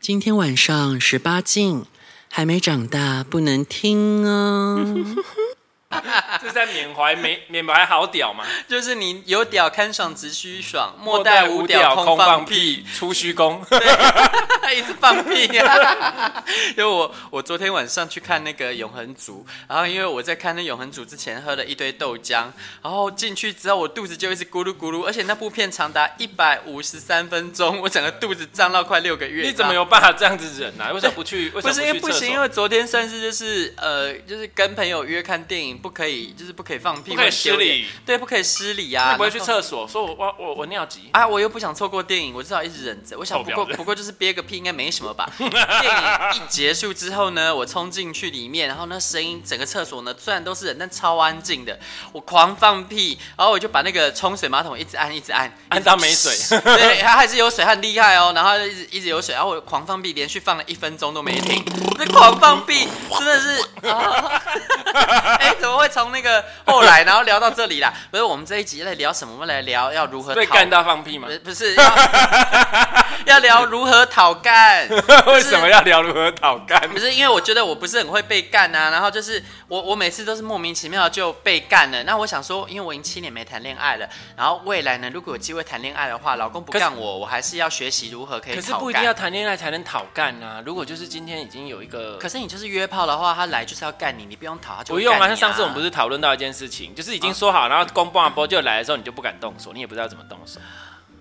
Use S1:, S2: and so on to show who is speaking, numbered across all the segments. S1: 今天晚上十八禁，还没长大不能听哦。
S2: 这是在缅怀缅缅怀好屌嘛？
S3: 就是你有屌看爽，只 需爽，莫
S2: 莫
S3: 待
S2: 待
S3: 无
S2: 无
S3: 屌
S2: 屌
S3: 空
S2: 空
S3: 放
S2: 放
S3: 屁，啊
S2: 屁，出虚 功。
S3: 一直放屁、啊。 因为我我昨天晚上去看那个永恒族，然后因为我在看那永恒族之前喝了一堆豆浆，然后进去之后我肚子就一直咕噜咕噜，而且那部片长达一百五十三分钟，我整个肚子胀到快六个月。
S2: 你怎么？有办法这样子忍啊？为什么不 去？为什
S3: 不
S2: 么
S3: 是因为
S2: 去
S3: 不
S2: 厕所
S3: 行，因为昨天算是就是呃，就是跟朋友约看电影，不可以就是不可以放屁，
S2: 不可以
S3: 会很丢
S2: 失礼
S3: 脸，对，不可以失礼啊，
S2: 你不会去
S3: 然后
S2: 厕所，说我我我我尿急。
S3: 啊，我又不想错过电影，我只好一直忍着。我想
S2: 臭
S3: 不
S2: 婊
S3: 过
S2: 子
S3: 不过就是憋个屁，应该没什么 吧。电影一结束之后呢，我冲进去里面，然后那声音整个厕所呢虽然都是人，但超安静的。我狂放屁，然后我就把那个冲水马桶一直按一 直按，
S2: 按到没 水
S3: 对，它还是有水，它很厉害哦。然后它就一直一直有水，然后我狂放屁，连续放了一分钟都没停。那狂放屁真的 是啊！哎、怎么会从那个后来，然后聊到这里啦？不是，我们这一集来聊什么？我们来聊要如何
S2: 被
S3: 讨
S2: 干到放屁吗
S3: 不？是不是要 要聊如何讨 干？
S2: 为什么要聊如何讨干
S3: 不？是因为我觉得我不是很会被干啊，然后就是我我每次都是莫名其妙就被干了。那我想说，因为我已经七年没谈恋爱了，然后未来呢，如果有机会谈恋爱的话，老公不
S2: 可是
S3: 干我，我还是要学习如何可以
S2: 可
S3: 讨
S2: 是
S3: 干。
S2: 不一定要谈恋爱才能讨干啊！如果就是今天已经有一个
S3: 可，是你就是约炮的话，他来就是要干你，你不用讨，他就
S2: 不
S3: 嗯会
S2: 用啊。
S3: 干你
S2: 像上次我们不是讨论到一件事情，就是已经说好，然后公布完波就来的时候，你就不敢动手，你也不知道怎么动手。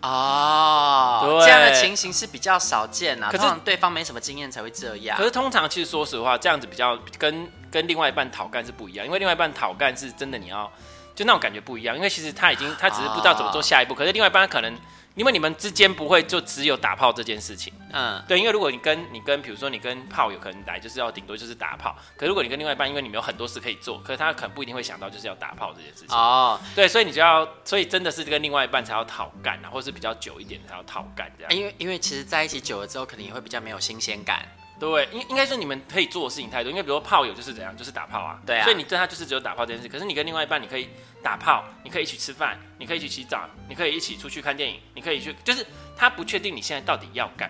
S3: 哦，
S2: 对
S3: 这样的情形是比较少见啦，
S2: 可是
S3: 通常对方没什么经验才会这样
S2: 可。是通常其实说实话，这样子比较跟跟另外一半讨干是不一样，因为另外一半讨干是真的你要就那种感觉不一样，因为其实他已经他只是不知道怎么做下一步，可是另外一半可能因为你们之间不会就只有打炮这件事情，
S3: 嗯，
S2: 对，因为如果你跟你跟比如说你跟炮友可能来就是要顶多就是打炮，可如果你跟另外一半，因为你们有很多事可以做，可是他可能不一定会想到就是要打炮这件事情，
S3: 哦，
S2: 对，所以你就要所以真的是跟另外一半才要讨干啊，或是比较久一点才要讨干这样。
S3: 啊因为因为其实在一起久了之后，可能也会比较没有新鲜感。
S2: 对，应应该说你们可以做的事情太多，因为比如说炮友就是怎样，就是打炮啊，
S3: 对啊
S2: 所以你对他就是只有打炮这件事。可是你跟另外一半，你可以打炮，你可以一起吃饭，你可以一起洗澡，你可以一起出去看电影，你可以去，就是他不确定你现在到底要干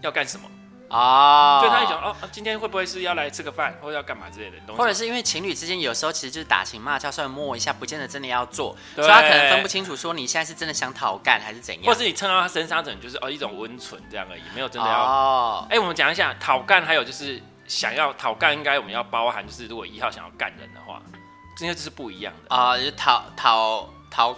S2: 要干什么，
S3: 哦，
S2: 就他一种哦，啊今天会不会是要来吃个饭，或者要干嘛之类的东西，
S3: 或者是因为情侣之间有时候其实就是打情骂俏，虽然摸一下，不见得真的要做，
S2: 对
S3: 所以他可能分不清楚说你现在是真的想讨干还是怎样。
S2: 或是你蹭到他身上，可能就是哦一种温存这样而已，没有真的要。哎、
S3: 哦，
S2: 我们讲一下讨干，还有就是想要讨干，应该我们要包含就是如果一号想要干人的话，这些就是不一样的。
S3: 啊、就讨讨讨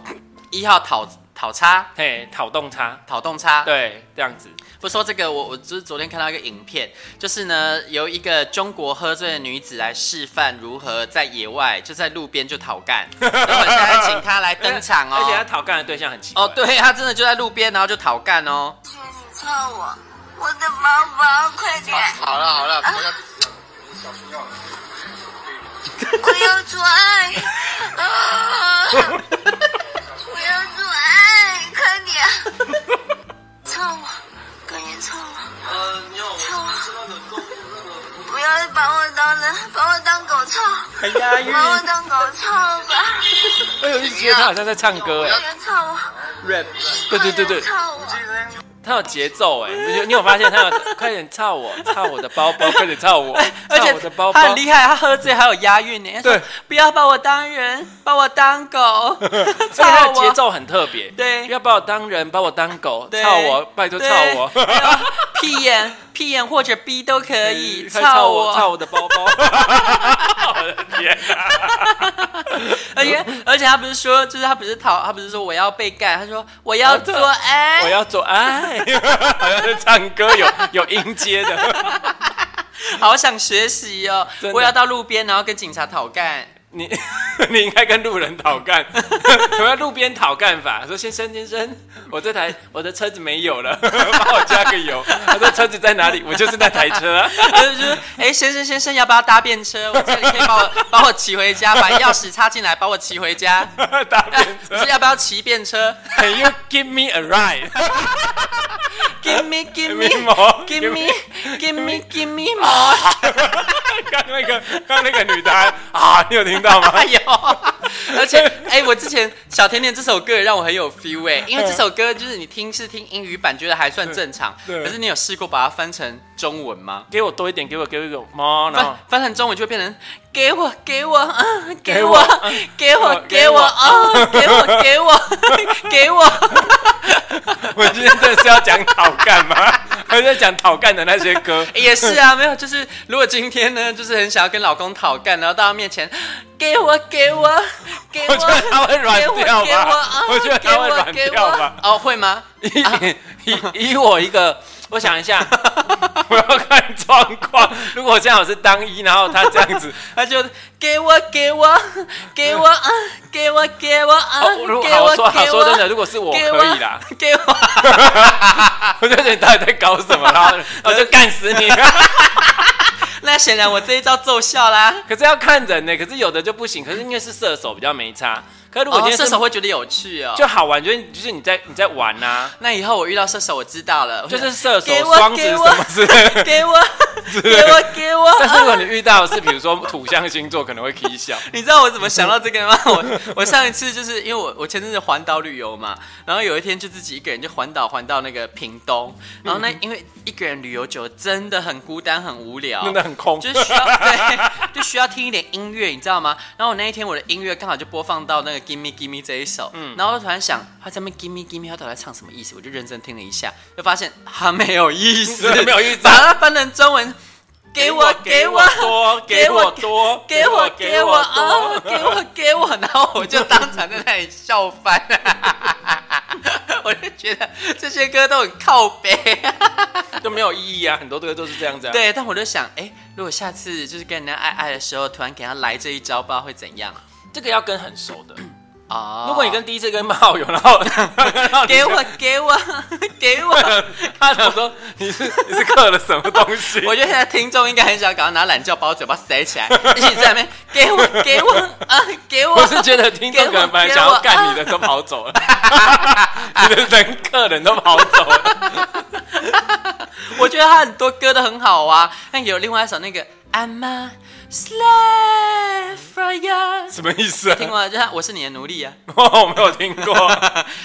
S3: 一号讨讨叉。
S2: 嘿，讨动差。
S3: 讨动 差，
S2: 对，这样子。
S3: 不说这个，我我就是昨天看到一个影片，就是呢，由一个中国喝醉的女子来示范如何在野外就在路边就讨干， 然后我们现在请她来登场
S2: 而且他
S3: 哦。
S2: 讨干的对象很奇怪。
S3: 哦，，对，她真的就在路边，然后就讨干哦。
S4: 求你救我，我的毛毛，快点！啊
S5: 好了好了，不要
S4: 我要做爱！啊！我要做爱，快点！凑我，赶紧凑我，
S5: 呃，你好，我
S4: 凑我！
S5: 那个公那个。
S4: 不要把我当人，把我当狗凑，
S3: 很押韵
S4: 把我当狗凑 吧！
S2: 哎呦，你 觉得他好像在唱歌
S4: 快
S2: 哎。
S4: 点凑我，
S3: ，rap。
S2: 对对对
S4: 快点
S2: 对，
S4: 凑我！
S2: 他有节奏哎。你有你有发现他有快点操我，操我的包 包，快点操我，
S3: 而且
S2: 操我的包
S3: 他
S2: 包
S3: 很。厉害，他喝醉还有押韵呢。
S2: 对
S3: 他说，不要把我当人，把我当狗，
S2: 而且他
S3: 操
S2: 的
S3: 我
S2: 节奏很特别。
S3: 对
S2: 不要把我当人，把我当狗，
S3: 对
S2: 操我，拜托操
S3: 对
S2: 我。
S3: 还有屁眼、屁眼或者逼 都可以，
S2: 快操
S3: 我，
S2: 操我的包 包。我的天啊！
S3: 而且而且他不是说，就是他不是讨，他不是说我要被干，他说我要做爱，
S2: 我要做爱， 好像在唱歌，有有音阶的。
S3: 好想学习哦
S2: 真，的
S3: 我要到路边然后跟警察讨干。
S2: 你 你应该跟路人讨干， 我要路边讨干法。说先生先生，我这台我的车子没有了， 帮我加个油。他说车子在哪里？我就是那台车啊、
S3: 就是 哎、先生先生，要不要搭便车？我这里可以把我把我骑回家，把钥匙插进来，把我骑回家。
S2: 搭便
S3: 你是
S2: 车。
S3: 要不要骑便车
S2: Can you give me a ride？
S3: ？Give me, give
S2: 明
S3: me,
S2: 眸
S3: give me, give me, give me more。
S2: 刚那个刚那个女的还啊，你有听到吗？
S3: 哎呦！而且，哎、我之前《小甜甜》这首歌也让我很有 feel 哎、因为
S2: 嗯
S3: 这首歌就是你听是听英语版，觉得还算正常，
S2: 对
S3: 可是你有试过把它翻成中文吗？
S2: 给我多一点，给我给我一个哦猫，然后
S3: 翻翻成中文就会变成给我给我啊
S2: 给
S3: 给
S2: 我
S3: 我
S2: 啊
S3: 给我
S2: 给
S3: 给
S2: 我
S3: 我啊给我给我 给我，
S2: 我今天真的是要讲讨干 吗？还在讲讨干的那些歌，
S3: 也是啊，没有，就是如果今天呢，就是很想要跟老公讨干，然后到他面前给我给我给我，
S2: 我觉得他会软
S3: 给我
S2: 掉
S3: 给我
S2: 吧
S3: 啊，
S2: 我觉得他会
S3: 给我
S2: 软
S3: 给
S2: 掉
S3: 我
S2: 吧。
S3: 哦，会吗？
S2: 以以以我一个，我想一下， 我要看状况。 如果这样我是当一，然后他这样子，
S3: 他就给我给我给我啊，给我给我啊，
S2: 哦，如嗯果好我说好说真的，如果是我
S3: 给
S2: 可以啦，，
S3: 给我
S2: 我就觉得你到底在搞什么，然后我就干死你。
S3: 那显然我这一招奏效啦。
S2: 可是要看人呢，可是有的就不行，可是因为是射手比较没差。可是如果
S3: 哦
S2: 今天
S3: 射
S2: 是
S3: 手会觉得有趣哦。
S2: 就好玩，就是就是你在你在玩呐、
S3: 那以后我遇到射手，我知道了，
S2: 就是射手
S3: 给我
S2: 双子
S3: 给
S2: 什
S3: 我
S2: 么之类的。
S3: 给我给我给我。
S2: 但是如果你遇到的是比如说土象星座，可能会 k 笑。
S3: 你知道我怎么想到这个吗？我我上一次就是因为我我前阵子环岛旅游嘛，然后有一天就自己一个人就环岛环到那个屏东，然后那
S2: 嗯
S3: 因为一个人旅游久了真的很孤单很无聊，
S2: 真的很空
S3: 就需要对， 就需要听一点音乐，你知道吗？然后我那一天我的音乐刚好就播放到那个 Gimme Gimme 这一首，然后我突然想他在那边 Gimme Gimme 他到底在唱什么意思？我就认真听了一下，就发现他没有意思，
S2: 没有意思
S3: 把它翻成中文。给我给我
S2: 多，给
S3: 给
S2: 我
S3: 我
S2: 多，
S3: 给我给我
S2: 多。
S3: 啊！给我给我，然后我就当场在那里笑翻 了。我就觉得这些歌都很靠背、
S2: 就没有意义啊！很多歌都是这样子、啊。，
S3: 对，但我就想，哎、如果下次就是跟人家爱爱的时候，突然给他来这一招，不知道会怎样
S2: 这个要跟很熟的。
S3: 啊？
S2: 如果你跟第一次跟炮友，然后 然后你
S3: 给我给我 给我，
S2: 他想说你是你是刻了什么东西？
S3: 我觉得现在听众应该很想赶快拿懒觉把我嘴巴塞起来， 一起在那边 给我给我啊给我。
S2: 我是觉得听众可能本来想要干你的
S3: 给
S2: 都跑走了， 你的人客人都跑走 了。
S3: 我觉得他很多歌都很好啊，但有另外一首那个 I'm a slave for you，
S2: 什么意思啊？
S3: 听过吗？就是我是你的奴隶啊。
S2: 我没有听 过。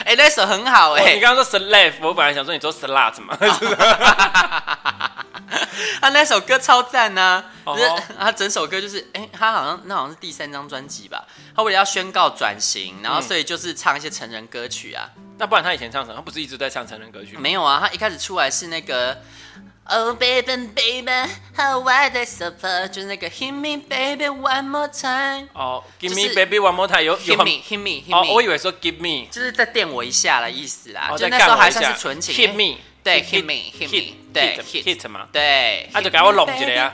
S3: 哎、那首很好哎、
S2: 哦你刚刚说 slave，我本来想说你说 slut 嘛，
S3: 哦 他那首歌超赞呐、
S2: 哦
S3: 啊！就是他整首歌就是，哎、他好像那好像是第三张专辑吧。他为了要宣告转型，然后
S2: 嗯
S3: 所以就是唱一些成人歌曲啊。
S2: 那不然他以前唱什么？他不是一直在唱成人歌曲吗？
S3: 没有啊，他一开始出来是那个。Oh baby baby, how I d e s u p p e r 就是那个 Hit me baby one more time,
S2: 哦，Give
S3: 就
S2: me
S3: 是
S2: baby one more time，有
S3: hit
S2: 有
S3: me, hit me, hit me。
S2: 哦，我以为说 give me，
S3: 就是再电我一下的意思啦，
S2: 哦
S3: 就
S2: 再
S3: 那时
S2: 干
S3: 候
S2: 我一
S3: 还
S2: 下
S3: 算是纯情。
S2: hit me，
S3: 对
S2: hit-
S3: ，hit me，hit
S2: hit-
S3: me，对
S2: hit- hit 嘛
S3: 对，
S2: 他就给我拢起来啊
S3: hit me baby 啊！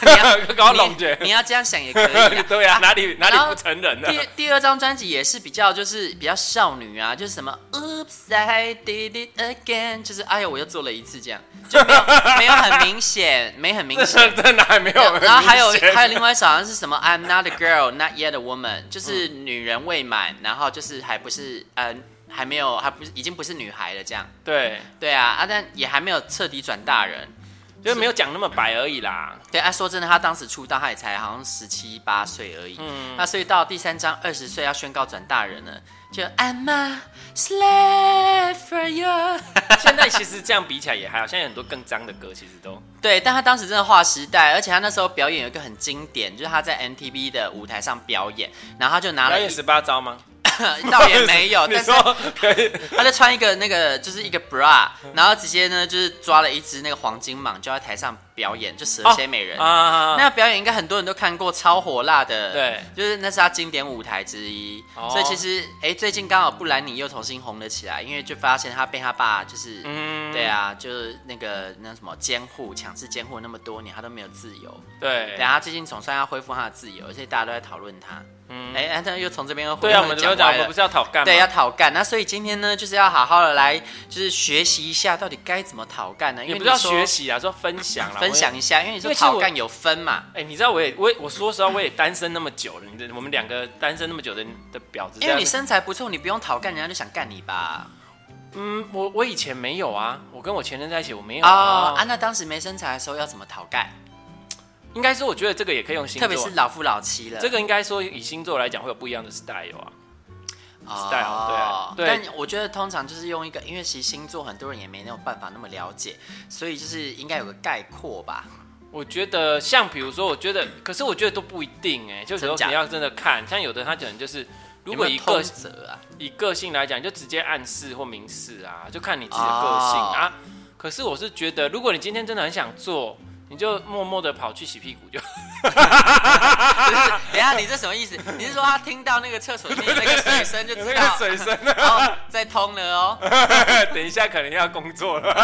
S3: 你 要
S2: 给我拢起来
S3: 你你要这样想也可以啊。
S2: 对啊，哪里哪
S3: 然
S2: 里
S3: 后
S2: 不成人啊呢？
S3: 第第二张专辑也是比较就是比较少女啊，就是什么 Oops I did it again，就是哎呦我又做了一次这样，就 没有没有很明显，没很明显
S2: 这。这哪 里没有很明显？
S3: 然后还有还有另外一首好像是什么 I'm not a girl, not yet a woman，就是
S2: 嗯
S3: 女人未满，然后就是还不是呃还没有还不是已经不是女孩了这样。
S2: 对，
S3: 对啊啊，但也还没有彻底转大人。
S2: 就是没有讲那么白而已啦。
S3: 对啊，说真的，他当时出道，他也才好像十七八岁而已。嗯，那所以到第三章二十岁要宣告转大人了，就 I'm a slave for you。
S2: 现在其实这样比起来也还好，现在很多更脏的歌其实都
S3: 对，但他当时真的划时代，而且他那时候表演有一个很经典，就是他在 MTV 的舞台上表演，然后他就拿
S2: 表
S3: 了
S2: 演
S3: 一
S2: 十八招吗？
S3: 啊 倒也没有，
S2: 哎你
S3: 但是
S2: 说表 演
S3: 他就穿一个那个就是一个 bra，然后直接呢就是抓了一只那个黄金蟒，就在台上表演，就蛇蝎美人。
S2: 啊，
S3: 那表演应该很多人都看过，超火辣的，
S2: 对
S3: 就是那是他经典舞台之一。
S2: 哦
S3: 所以其实，哎、最近刚好布兰妮又重新红了起来，因为就发现他被他爸就是，
S2: 嗯
S3: 对啊，就是那个那什么监护、强制监护那么多年，他都没有自由。
S2: 对
S3: 对啊，他最近总算要恢复他的自由，而且大家都在讨论他。嗯，哎、但是又从这边又
S2: 对啊，我们怎么讲？我
S3: 歪
S2: 们
S3: 了
S2: 不是要讨干吗？
S3: 对，啊要讨干。那所以今天呢，就是要好好的来，就是学习一下到底该怎么讨干呢？
S2: 也
S3: 因为
S2: 不是要
S3: 你说
S2: 学习啊，说分享啦，
S3: 分
S2: 我
S3: 享
S2: 也。
S3: 一下，因为你
S2: 因
S3: 说
S2: 为其实我
S3: 讨干有分嘛。
S2: 哎，你知道我也我也我说实话我也单身那么久了，你的我们两个单身那么久的的婊子这样子，
S3: 因为你身材不错，你不用讨干，人家就想干你吧？
S2: 嗯，我我以前没有啊，我跟我前任在一起我没有
S3: 哦，啊，
S2: 啊，
S3: 那当时没身材的时候要怎么讨干？
S2: 应该说，我觉得这个也可以用星座，
S3: 特别是老夫老妻了，
S2: 这个应该说以星座来讲会有不一样的 style 啊。style，对啊
S3: 哦
S2: 对
S3: 但我觉得通常就是用一个，因为其实星座很多人也没有办法那么了解，所以就是应该有个概括吧。
S2: 我觉得像比如说，我觉得，可是我觉得都不一定哎、就有时
S3: 真假
S2: 候你要真的看，像有的他可能就是，如果
S3: 有没
S2: 以
S3: 有
S2: 个
S3: 通则啊，
S2: 以个性来讲，就直接暗示或明示啊，就看你自己的个性、
S3: 哦
S2: 啊。可是我是觉得，如果你今天真的很想做，你就默默的跑去洗屁股就。
S3: 等一下你这什么意思？你是说他听到那个厕所里面哎有那 个水声就知道，
S2: 声，
S3: 哦，在通了哦，
S2: 等一下可能要工作了。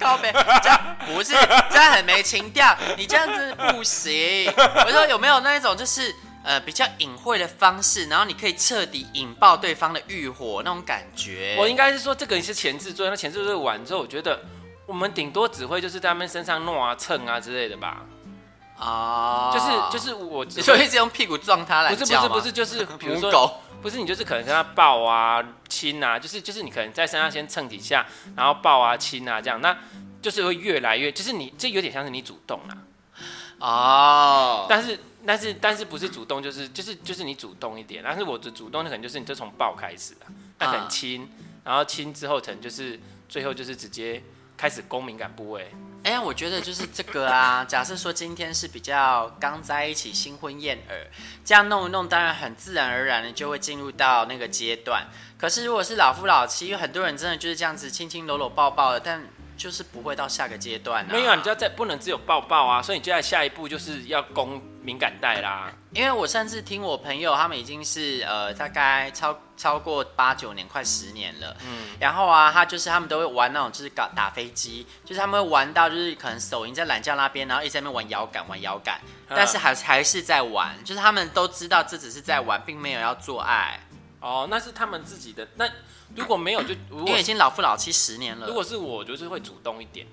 S3: 告别，这样不是这样很没情调，你这样子不行。我说有没有那一种就是呃比较隐晦的方式，然后你可以彻底引爆对方的欲火那种感觉？
S2: 我应该是说，这个是前置作业，那前置作业完之后，我觉得我们顶多只会就是在他们身上弄啊、蹭啊之类的吧。
S3: 啊，
S2: 就是就是我只
S3: 你说
S2: 会
S3: 一直用屁股撞他来
S2: 不是不
S3: 叫
S2: 是
S3: 吗
S2: 不是，就是比如
S3: 母
S2: 说
S3: 狗
S2: 不是你就是可能跟他抱啊、亲啊，就是就是你可能在身上先蹭几下，然后抱啊、亲啊这样，那就是会越来越，就是你这有点像是你主动啦，
S3: 哦，
S2: 但是但是但是不是主动，就是就是就是你主动一点，但是我的主动可能就是你就从抱开始啦，那可能亲，然后亲之后可能就是最后就是直接开始攻敏感部位，
S3: 哎、我觉得就是这个啊。假设说今天是比较刚在一起新婚燕尔，这样弄一弄，当然很自然而然的就会进入到那个阶段。可是如果是老夫老妻，因为很多人真的就是这样子亲亲搂搂抱抱的，但就是不会到下个阶段、啊。
S2: 没有啊，你就要在不能只有抱抱啊，所以你接下来下一步就是要攻敏感带啦。
S3: 因为我甚至听我朋友他们已经是呃大概超超过八九年，快十年了。嗯，然后啊，他就是他们都会玩那种就是搞打飞机，就是他们会玩到就是可能手淫在懒觉那边，然后一直在那边玩摇杆玩摇杆，
S2: 嗯
S3: 但是还还是在玩，就是他们都知道这只是在玩，并没有要做爱，
S2: 哦，那是他们自己的。那如果没有就，如
S3: 因
S2: 果
S3: 为已经老夫老妻十年了。
S2: 如果是我，就是会主动一点。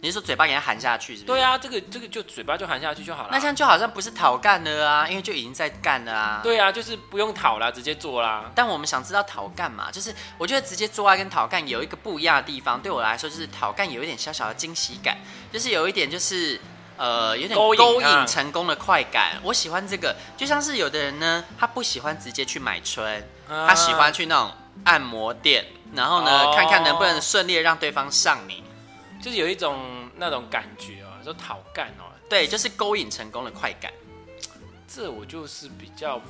S3: 你是说嘴巴给他含下去是不是？
S2: 对
S3: 啊，
S2: 啊，这个这个就嘴巴就含下去就好了。
S3: 那这样就好像不是讨干了啊，因为就已经在干了啊。
S2: 对啊，就是不用讨啦，直接做啦。
S3: 但我们想知道讨干嘛，就是我觉得直接做爱跟讨干有一个不一样的地方，对我来说就是讨干有一点小小的惊喜感，就是有一点就是呃有点
S2: 勾引啊
S3: 勾引成功的快感，我喜欢这个。就像是有的人呢，他不喜欢直接去买春，
S2: 啊
S3: 他喜欢去那种按摩店，然后呢、
S2: 哦
S3: 看看能不能顺利的让对方上你。
S2: 就是有一种那种感觉哦、说讨干哦、
S3: 对，就是勾引成功的快感，
S2: 这我就是比较不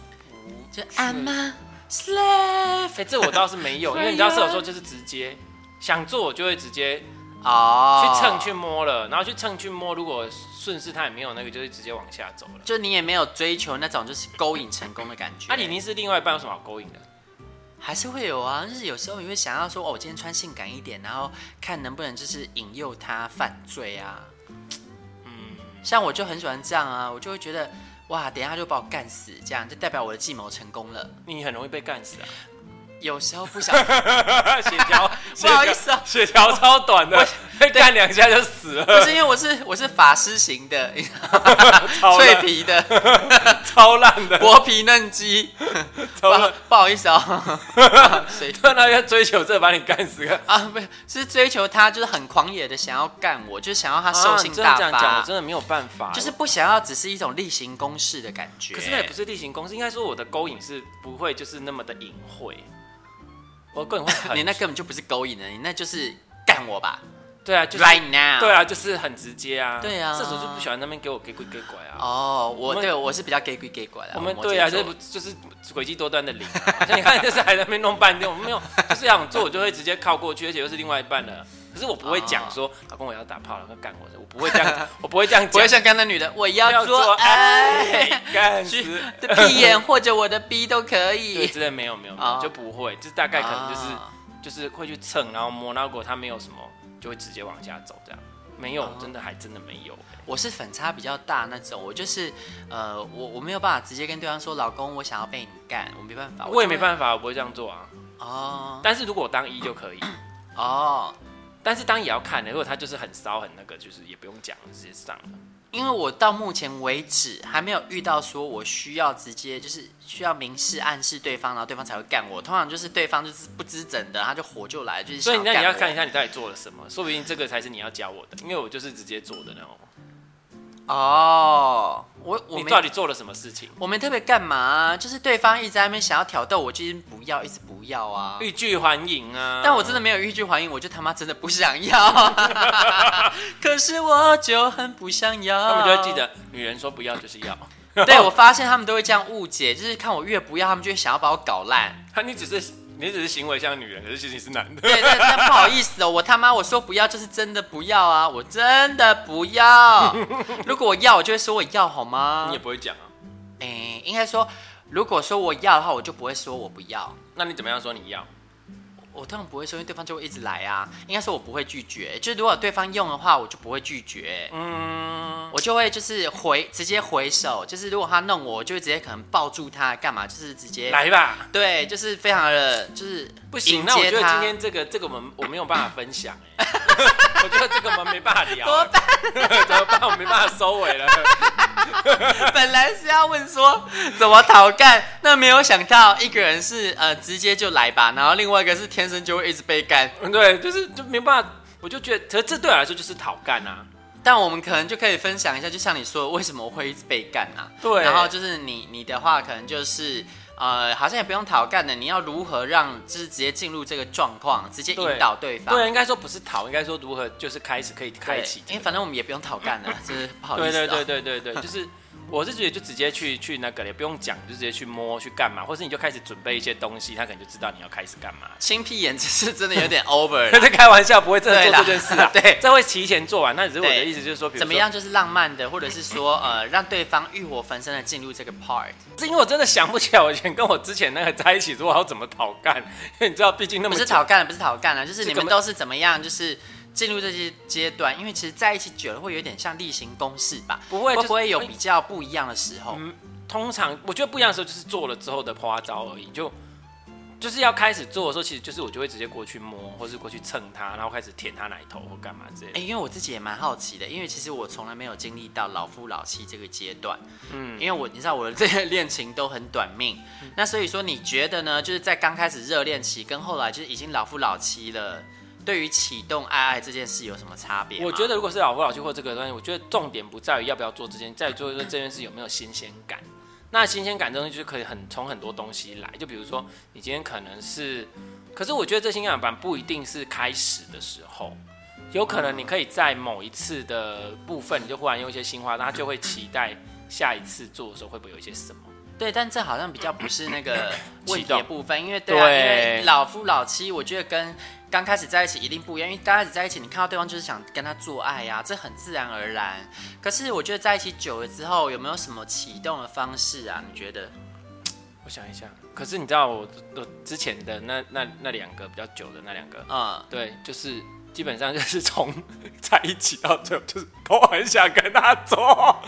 S3: 就
S2: 哎
S3: 按、吗 slave
S2: 诶哎这我倒是没
S3: 哎
S2: 有，因为你知道射手座就是直接想做，我就会直接
S3: 哦，
S2: 去蹭去摸了，然后去蹭去摸，如果顺势他也没有那个，就是直接往下走了。
S3: 就你也没有追求那种就是勾引成功的感觉。
S2: 那、啊你已经是另外一半，有什么好勾引的？
S3: 还是会有啊，就是有时候你会想要说，哦，我今天穿性感一点，然后看能不能就是引诱他犯罪啊。嗯，像我就很喜欢这样啊，我就会觉得，哇，等一下他就把我干死，这样就代表我的计谋成功了。
S2: 你很容易被干死啊！
S3: 有时候不小，
S2: 血条，
S3: 不好意思啊
S2: 血条超短的，被干两下就死
S3: 不
S2: 了，
S3: 是因为我是我是法师型的，你知道吗
S2: 超烂
S3: 脆皮的
S2: 超烂的。
S3: 薄皮嫩鸡，不
S2: 超
S3: 好
S2: 烂，
S3: 不好意 思哦，谁
S2: 突然要追求这把你干死了。
S3: 啊？不是是追求他，就是很狂野的想要干我，就是想要他 兽
S2: 啊
S3: 性
S2: 你真
S3: 大
S2: 的这样
S3: 发。
S2: 讲，我真的没有办法。
S3: 就是，不想要只是一种例行公事的感觉。
S2: 可是那也不是例行公事，应该说我的勾引是不会就是那么的隐 晦，我勾引会很
S3: 你那根本就不是勾引了，你那就是干我吧、
S2: 对啊，就是
S3: r i g h t now。
S2: 对。啊，就是很直接啊。
S3: 对啊
S2: 射手就不喜欢那边给我给鬼给拐啊。
S3: 哦，我
S2: 我们
S3: 对我是比较 gay 鬼 gay 拐的。
S2: 我们
S3: 摩羯
S2: 对啊，
S3: 座
S2: 这不就是诡计多端的零、啊？ 像你看，就是还在那边弄半天，我们没有，就是想做，我就会直接靠过去，而且又是另外一半了。可是我不会讲
S3: 哦
S2: 说，老公我要打炮了，快干我的，我不会这 样，我不会这样讲，
S3: 不会像刚才女的，我要做爱
S2: 爱，， 干
S3: 去
S2: 死。
S3: 的屁眼或者我的逼都可
S2: 对，
S3: 以。
S2: 之类没有没有没
S3: 哦
S2: 有，就不会，就大概可能就是
S3: 啊
S2: 就是会去蹭，然后摸，然后如果他没有什么，就会直接往下走这样。没有，
S3: 哦
S2: 真的还真的没有。
S3: 我是反差比较大那种，我就是呃，我我没有办法直接跟对方说，老公，我想要被你干，我没办法，
S2: 我也没
S3: 法。
S2: 办法，我不会这样做啊。
S3: 哦
S2: 但是如果我当一就可以，
S3: 哦，
S2: 但是当也要看的。如果他就是很骚很那个，就是也不用讲，直接上了。
S3: 因为我到目前为止还没有遇到说我需要直接就是需要明示暗示对方，然后对方才会干我。通常就是对方就是不知怎的，他就火就来，就是
S2: 所
S3: 想
S2: 以那你要
S3: 干我
S2: 看一下你到底做了什么，说不定这个才是你要教我的，因为我就是直接做的那种。
S3: 哦，我我
S2: 你
S3: 没
S2: 到底做了什么事情？
S3: 我没特别干嘛、啊就是对方一直在那边想要挑逗我，就是不要，一直不要啊。
S2: 欲拒还迎啊！
S3: 但我真的没有欲拒还迎，我就他妈真的不想要。 可是我就很不想要。
S2: 他们就会记。得，女人说不要就是要。
S3: 对，我发现他们都会这样误解，就是看我越不要，他们就会想要把我搞烂。
S2: 他你只是你只是行为像女人，可是其实你是男的。
S3: 对，但但不好意思哦，我他妈我说不要就是真的不要啊，我真的不 要。如果我要，我就会说我要好吗
S2: 你也？不会讲啊。
S3: 哎、应该说，如果说我要的话，我就不会说我不要。
S2: 那你怎么样说你要？
S3: 我当然不会说，因为对方就会一直来啊。应该说我不会拒绝，就是如果对方用的话，我就不会拒绝，
S2: 嗯，
S3: 我就会就是回直接回手，就是如果他弄我，我就会直接可能抱住他干嘛，就是直接
S2: 来吧。
S3: 对，就是非常的就是
S2: 不行，
S3: 迎
S2: 那我
S3: 接
S2: 觉得
S3: 他
S2: 今天这个这个我们我没有办法分享 哎、我觉得这个我们没办法聊、欸
S3: 怎么办？
S2: 怎么办？我没办法收尾了。
S3: 本来是要问说怎么讨干，那没有想到一个人是呃直接就来吧，然后另外一个是天生就会一直被干，
S2: 嗯对，就是就没办法，我就觉得，可是这对我来说就是讨干啊。
S3: 但我们可能就可以分享一下，就像你说的，为什么我会一直被干啊？
S2: 对
S3: 然后就是你你的话，可能就是呃，好像也不用讨干的，你要如何让就是直接进入这个状况，直接
S2: 对
S3: 引导对方。
S2: 对，应该说不是讨，应该说如何就是开始可以开启这
S3: 因为
S2: 个。
S3: 反正我们也不用讨干了，就是不好意思、
S2: 对
S3: 啊。
S2: 对对对 对对，就是我是觉得就直接去去那个了，也不用讲，就直接去摸去干嘛，或是你就开始准备一些东西，他可能就知道你要开始干嘛。
S3: 青屁眼只是真的有点 over
S2: 他
S3: 啦。
S2: 在开玩笑，不会真的
S3: 对
S2: 做
S3: 啦。
S2: 这件事啊
S3: 对
S2: 这会提前做完。那只是我的
S3: 对
S2: 意思，就是说，比如说
S3: 怎么样？就是浪漫的，或者是说呃，让对方欲火焚身的进入这个 part。
S2: 是因为我真的想不起来，我以前跟我之前那个在一起，说我要怎么讨干，因为你知道，毕竟那
S3: 不
S2: 么
S3: 是
S2: 久
S3: 讨干了，不是讨干了，就是
S2: 这
S3: 你
S2: 个
S3: 们
S2: 嘛
S3: 都是怎么样，就是进入这些阶段，因为其实在一起久了会有点像例行公事吧，
S2: 不会
S3: 会
S2: 就
S3: 不
S2: 是
S3: 会有比较不一样的时候？
S2: 嗯，通常我觉得不一样的时候就是做了之后的花招而已，就就是要开始做的时候，其实就是我就会直接过去摸，或是过去蹭他，然后开始舔他奶头或干嘛之类
S3: 哎、
S2: 的。
S3: 因为我自己也蛮好奇的，因为其实我从来没有经历到老夫老妻这个阶段，嗯，因为我你知道我的这 个恋情都很短命，
S2: 嗯
S3: 那所以说你觉得呢？就是在刚开始热恋期跟后来就是已经老夫老妻了，对于启动爱爱这件事有什么差别吗？
S2: 我觉得如果是老夫老妻或这个东西，我觉得重点不在于要不要做这件，在于做这件事有没有新鲜感。那新鲜感这东西就可以很从很多东西来，就比如说你今天可能是，可是我觉得这新鲜感反而不一定是开始的时候，有可能你可以在某一次的部分，你就忽然用一些新花，他就会期待下一次做的时候会不会有一些什么。
S3: 对，但这好像比较不是 那个问
S2: 激
S3: 题的
S2: 动
S3: 部分，因为对啊，
S2: 对
S3: 因为老夫老妻，我觉得跟刚开始在一起一定不一样，因为刚开始在一起，你看到对方就是想跟他做爱呀、这很自然而然。可是我觉得在一起久了之后，有没有什么启动的方式啊？你觉得？
S2: 我想一下，可是你知道我我之前的那那那两个比较久的那两个，
S3: 嗯，
S2: 对，就是基本上就是从 在一起到最后，就是都很想跟他做。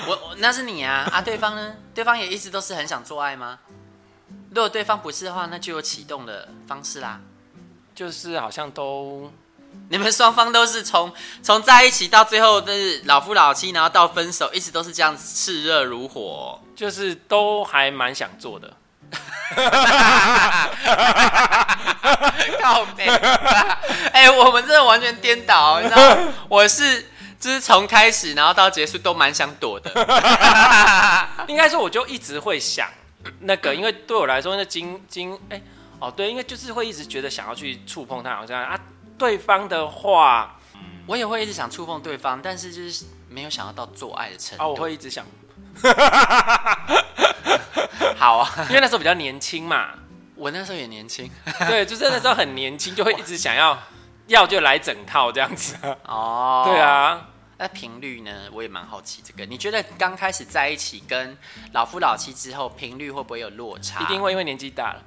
S3: 我我那是你啊啊，对方呢？对方也一直都是很想做爱吗？如果对方不是的话，那就有启动的方式啦。
S2: 就是好像都
S3: 你们双方都是从从在一起到最后都是老夫老妻，然后到分手，一直都是这样炽热如火哦、
S2: 就是都还蛮想做的，
S3: 靠背，哎、我们真的完全颠倒，你知道，我是就是从开始然后到结束都蛮想躲的，
S2: 应该说我就一直会想那个，因为对我来说那经经哎、哦对，因为就是会一直觉得想要去触碰他，好像啊对方的话
S3: 我也会一直想触碰对方，但是就是没有想要到做爱的程度。
S2: 啊我会一直想，
S3: 好啊，
S2: 因为那时候比较年轻嘛，
S3: 我那时候也年轻
S2: 对，就是那时候很年轻，就会一直想要要就来整套这样子。
S3: 哦，
S2: 对，啊，
S3: 那频率呢？我也蛮好奇这个，你觉得刚开始在一起跟老夫老妻之后频率会不会有落差？
S2: 一定会因为年纪大了。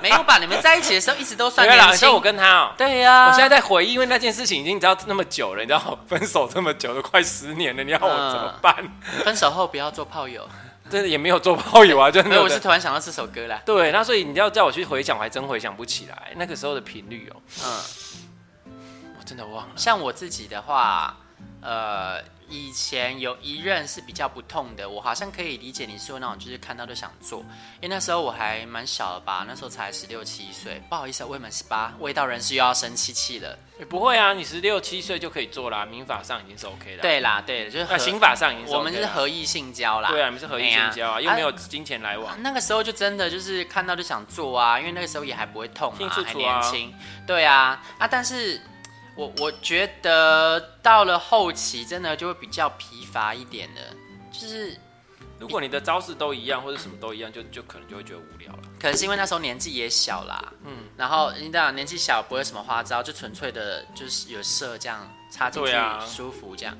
S3: 没有吧？你们在一起的时候一直都 算
S2: 对啦，
S3: 年
S2: 你说
S3: 轻，
S2: 我跟他哦、
S3: 对啊呀、
S2: 我现在在回忆，因为那件事情已经你知道那么久了，你知道分手这么久了，快十年了，你要
S3: 嗯
S2: 我怎么办？
S3: 分手后不要做炮友，
S2: 真的也没有做炮友啊，真
S3: 没有，我是
S2: 的。
S3: 突然想到这首歌啦。
S2: 对，那所以你要叫我去回想，我还真回想不起来那个时候的频率哦、
S3: 嗯。
S2: 我真的忘了。
S3: 像我自己的话，呃，以前有一任是比较不痛的，我好像可以理解你说那种，就是看到就想做，因为那时候我还蛮小的吧，那时候才十六七岁，不好意思啊，未满十八，未到人士又要生气气了。
S2: 也不会啊，你十六七岁就可以做啦，民法上已经是 OK 的。，
S3: 对啦，对，就是
S2: 那
S3: 合
S2: 刑法上已经是 OK
S3: 我们是
S2: 了
S3: 合哎意性交啦。
S2: 对啊，你们是合意性交啊，
S3: 对
S2: 又没有金钱来往。
S3: 那个时候就真的就是看到就想做啊，因为那个时候也还不会痛
S2: 兴
S3: 嘛，
S2: 趣
S3: 还
S2: 处
S3: 年
S2: 啊
S3: 轻。对啊，啊，但是我我觉得到了后期真的就会比较疲乏一点了，就是
S2: 如果你的招式都一样，或者什么都一样，就就可能就会觉得无聊了。
S3: 可能是因为那时候年纪也小啦，嗯，然后你知道年纪小不会有什么花招，就纯粹的就是有射这样插进去
S2: 对啊
S3: 舒服这样，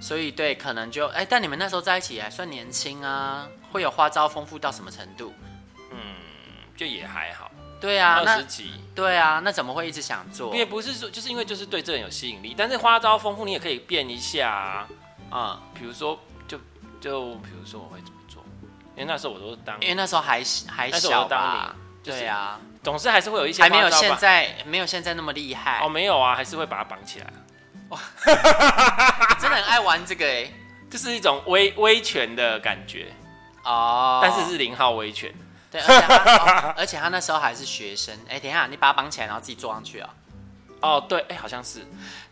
S3: 所以对，可能就哎、但你们那时候在一起还算年轻啊，会有花招丰富到什么程度？
S2: 就也还好，
S3: 对啊，
S2: 二
S3: 那
S2: 十几
S3: 对啊，那怎么会一直想做？
S2: 也不是说，就是因为就是对这人有吸引力，但是花招丰富，你也可以变一下、啊。
S3: 嗯，
S2: 比如说，就就比如说我会怎么做，因为那时候我都是当
S3: 因，为那时候还还
S2: 那时候
S3: 小
S2: 我当
S3: 吧
S2: 零，就是
S3: 对啊，
S2: 总是还是会有一些
S3: 还没有
S2: 花招吧
S3: 现在没有现在那么厉害
S2: 哦，，没有啊，还是会把它绑起来，
S3: 真的很爱玩这个哎，
S2: 就是一种威威权的感觉，
S3: 哦，
S2: 但是是零号威权。
S3: 对，而且他、哦而且他那时候还是学生。哎、等一下，你把他绑起来，然后自己坐上去啊、
S2: 哦，对，哎、好像是。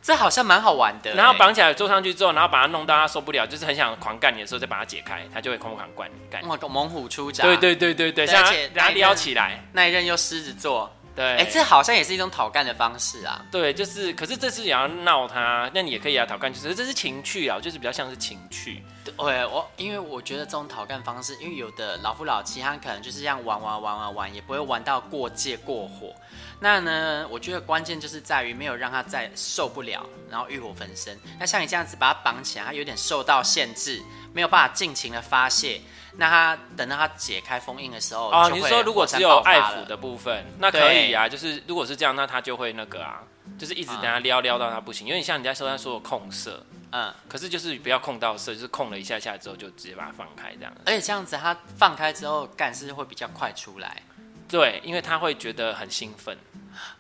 S3: 这好像蛮好玩的、
S2: 然后
S3: 哎
S2: 绑起来坐上去之后，然后把它弄到他受不了，就是很想狂干你的时候，再把它解开，他就会狂狂干干你。
S3: 哇，猛虎出闸。
S2: 对，对对对对，像
S3: 嗯而
S2: 他
S3: 且
S2: 把它
S3: 那一
S2: 撩
S3: 任
S2: 起来。
S3: 那一任又狮子座，
S2: 对，
S3: 哎、这好像也是一种讨干的方式啊。
S2: 对，就是，可是这次也要闹他，那你也可以啊，讨干，就是这是情趣啊，就是比较像是情趣。
S3: 对，我因为我觉得这种讨干方式，因为有的老夫老妻，他可能就是这样玩玩玩玩玩，也不会玩到过界过火。那呢，我觉得关键就是在于没有让他再受不了，然后欲火焚身。那像你这样子把他绑起来，他有点受到限制，没有办法尽情的发泄。那他等到他解开封印的时候，
S2: 哦，
S3: 就
S2: 你是
S3: 会
S2: 说如果
S3: 火山
S2: 只有
S3: 爆发
S2: 爱
S3: 了
S2: 抚的部分，那可以啊，就是如果是这样，那他就会那个啊，就是一直等他撩撩到他不行，有点像人家说他说的控色，
S3: 嗯，
S2: 可是就是不要控到色，就是控了一下下之后就直接把它放开这样。
S3: 而且这样子他放开之后，干是会比较快出来
S2: 对，因为他会觉得很兴奋，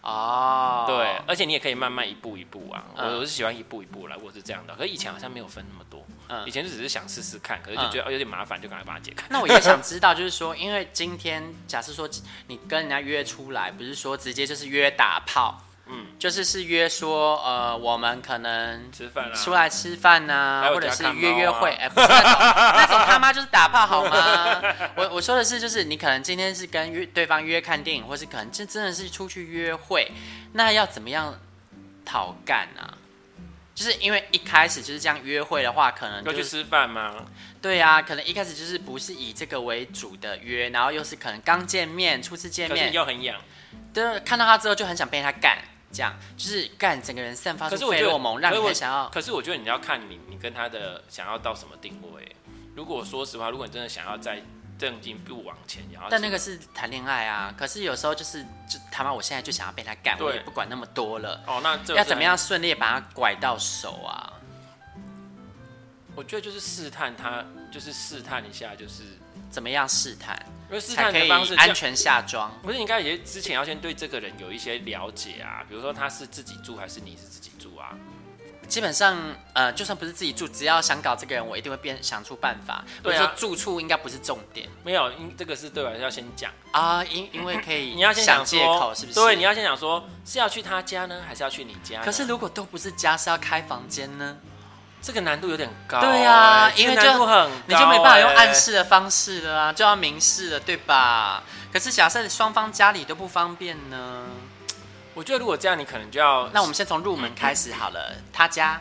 S3: 哦。
S2: 对，而且你也可以慢慢一步一步啊，我
S3: 嗯
S2: 我是喜欢一步一步来，我是这样的。可是以前好像没有分那么多，
S3: 嗯
S2: 以前就只是想试试看，可是就觉得哦有点麻烦，就赶快把它解开。
S3: 那我也想知道，就是说，因为今天假设说你跟人家约出来，不是说直接就是约打炮，嗯，就是是约说，呃，我们可能
S2: 吃饭啊，
S3: 出来吃饭呐、
S2: 还有
S3: 或者是
S2: 家看猫啊
S3: 约约会，哎、不是那种那种他妈就是打炮好吗？我我说的是，就是你可能今天是跟约对方约看电影，或是可能真真的是出去约会，那要怎么样讨干啊？就是因为一开始就是这样约会的话，可能
S2: 要
S3: 就
S2: 去
S3: 是
S2: 吃饭吗？
S3: 对啊，可能一开始就是不是以这个为主的约，然后又是可能刚见面、初次见
S2: 可是
S3: 面
S2: 你，又很痒。
S3: 对，看到他之后就很想被他干，这样就是干，整个人散发
S2: 可
S3: 出
S2: 是我
S3: 费
S2: 觉
S3: 洛
S2: 得
S3: 蒙，让你
S2: 可是我
S3: 很想要。
S2: 可是我觉得你要看你你跟他的想要到什么定位。如果说实话，如果你真的想要再正经不往前，然后
S3: 但那个是谈恋爱啊，可是有时候就是就他妈，我现在就想要被他干，我
S2: 对
S3: 也不管那么多了，
S2: 哦，那这
S3: 要怎么？样顺利地把他拐到手啊？
S2: 我觉得就是试探他，就是试探一下，就是
S3: 怎么样试探
S2: 因为试
S3: 才
S2: 探
S3: 可
S2: 的
S3: 以
S2: 方式
S3: 安
S2: 就
S3: 全下装？
S2: 不是你应该也之前要先对这个人有一些了解啊，比如说他是自己住还是你是自己住啊？
S3: 基本上呃，就算不是自己住，只要想搞这个人，我一定会变想出办法。或
S2: 对
S3: 者
S2: 啊
S3: 说住处应该不是重点。
S2: 没有，因这个是对我来说要先讲，
S3: 啊，因因为可以
S2: 你要先
S3: 想
S2: 说
S3: 借口，是不是？
S2: 对，你。要先想说是要去他家呢，还是要去你家呢？
S3: 可是如果都不是家，是要开房间呢？
S2: 这个难度有点高、
S3: 对呀、
S2: 哎这
S3: 因
S2: 个
S3: 为就
S2: 难度很高、
S3: 你就没办法用
S2: 哎
S3: 暗示的方式了啊，就要明示了，对吧？可是假设双方家里都不方便呢，
S2: 我觉得如果这样，你可能就要
S3: 那我们先从入门开始好了。他家，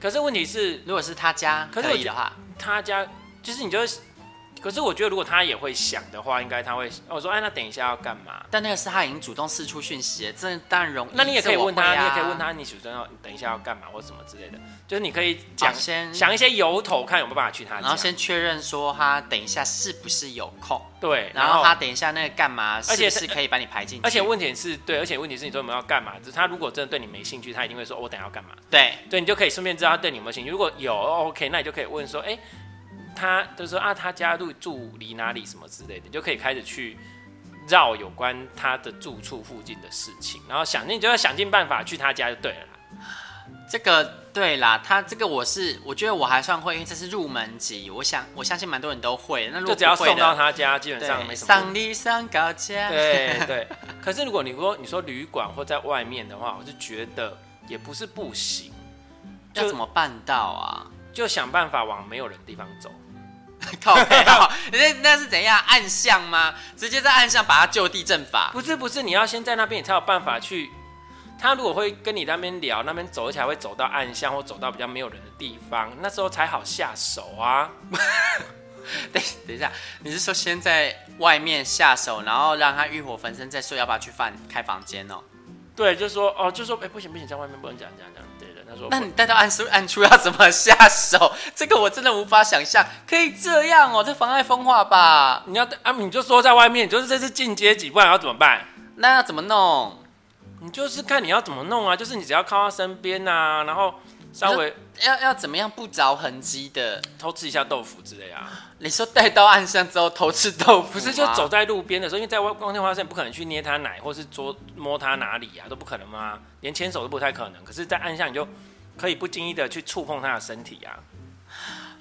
S2: 可是问题是
S3: 如果是他家
S2: 嗯可是
S3: 可
S2: 我
S3: 以的话，
S2: 他家，就是你就是，可是我觉得如果他也会想的话，应该他会，我说哎，那等一下要干嘛？
S3: 但那个是他已经主动释出讯息了，这当然容易。
S2: 那你也可以
S3: 这我
S2: 问他，
S3: 会啊
S2: 你也可以问。他，你主动要等一下要干嘛或什么之类的，就是你可以讲、
S3: 哦先
S2: 想一些由头，看有没有办法去他家。
S3: 然后先确认说他等一下是不是有空，
S2: 对，
S3: 然后他等一下那个干嘛，
S2: 嗯而且
S3: 是
S2: 是
S3: 不是可以把你排进去？
S2: 而且问题是对，而且问题是你说我们要干嘛？就是他如果真的对你没兴趣，他一定会说、哦我等一下要干嘛。
S3: 对，
S2: 对你就可以顺便知道他对你有没有兴趣。如果有哦 OK，那你就可以问说，哎、他就说啊，他家住住离哪里什么之类的，你就可以开始去绕有关他的住处附近的事情，然后想，你就要想尽办法去他家就对了啦。
S3: 这个对啦，他这个我是我觉得我还算会，因为这是入门级，我想我相信蛮多人都会。那
S2: 就
S3: 如果
S2: 只要
S3: 不会
S2: 送
S3: 的
S2: 到他家，基本上没
S3: 对，
S2: 什么问题。
S3: 上力上高架，
S2: 对对，可是如果你说你说旅馆或在外面的话，我就觉得也不是不行，
S3: 要怎么办到 啊？
S2: 就想办法往没有人的地方走。
S3: 靠背哦，那那是怎样暗巷吗？直接在暗巷把他就地正法？
S2: 不是不是，你要先在那边，你才有办法去。他如果会跟你那边聊，那边走起来会走到暗巷或走到比较没有人的地方，那时候才好下手啊。
S3: 等等一下，你是说先在外面下手，然后让他欲火焚身，再说要不要去饭开房间哦？
S2: 对，就说哦，就说哎、不行不行，在外面不能讲这样这样。对的，他说
S3: 那你带到暗处暗处要怎么下手？这个我真的无法想象，可以这样哦，这妨碍风化吧？
S2: 你要啊，你就说在外面，你就是这是进阶级，不然要怎么办？
S3: 那要怎么弄？
S2: 你就是看你要怎么弄啊，就是你只要靠他身边啊，然后稍微
S3: 要要怎么样不着痕迹的？
S2: 偷吃一下豆腐之类啊，
S3: 你说带到暗巷之后偷吃豆腐，
S2: 不是就走？在路边的时候，因为在外光天化日下你不可能去捏他奶或是捉摸他哪里啊，都不可能嘛，连牵手都不太可能。可是，在暗巷你就可以不经意的去触碰他的身体啊，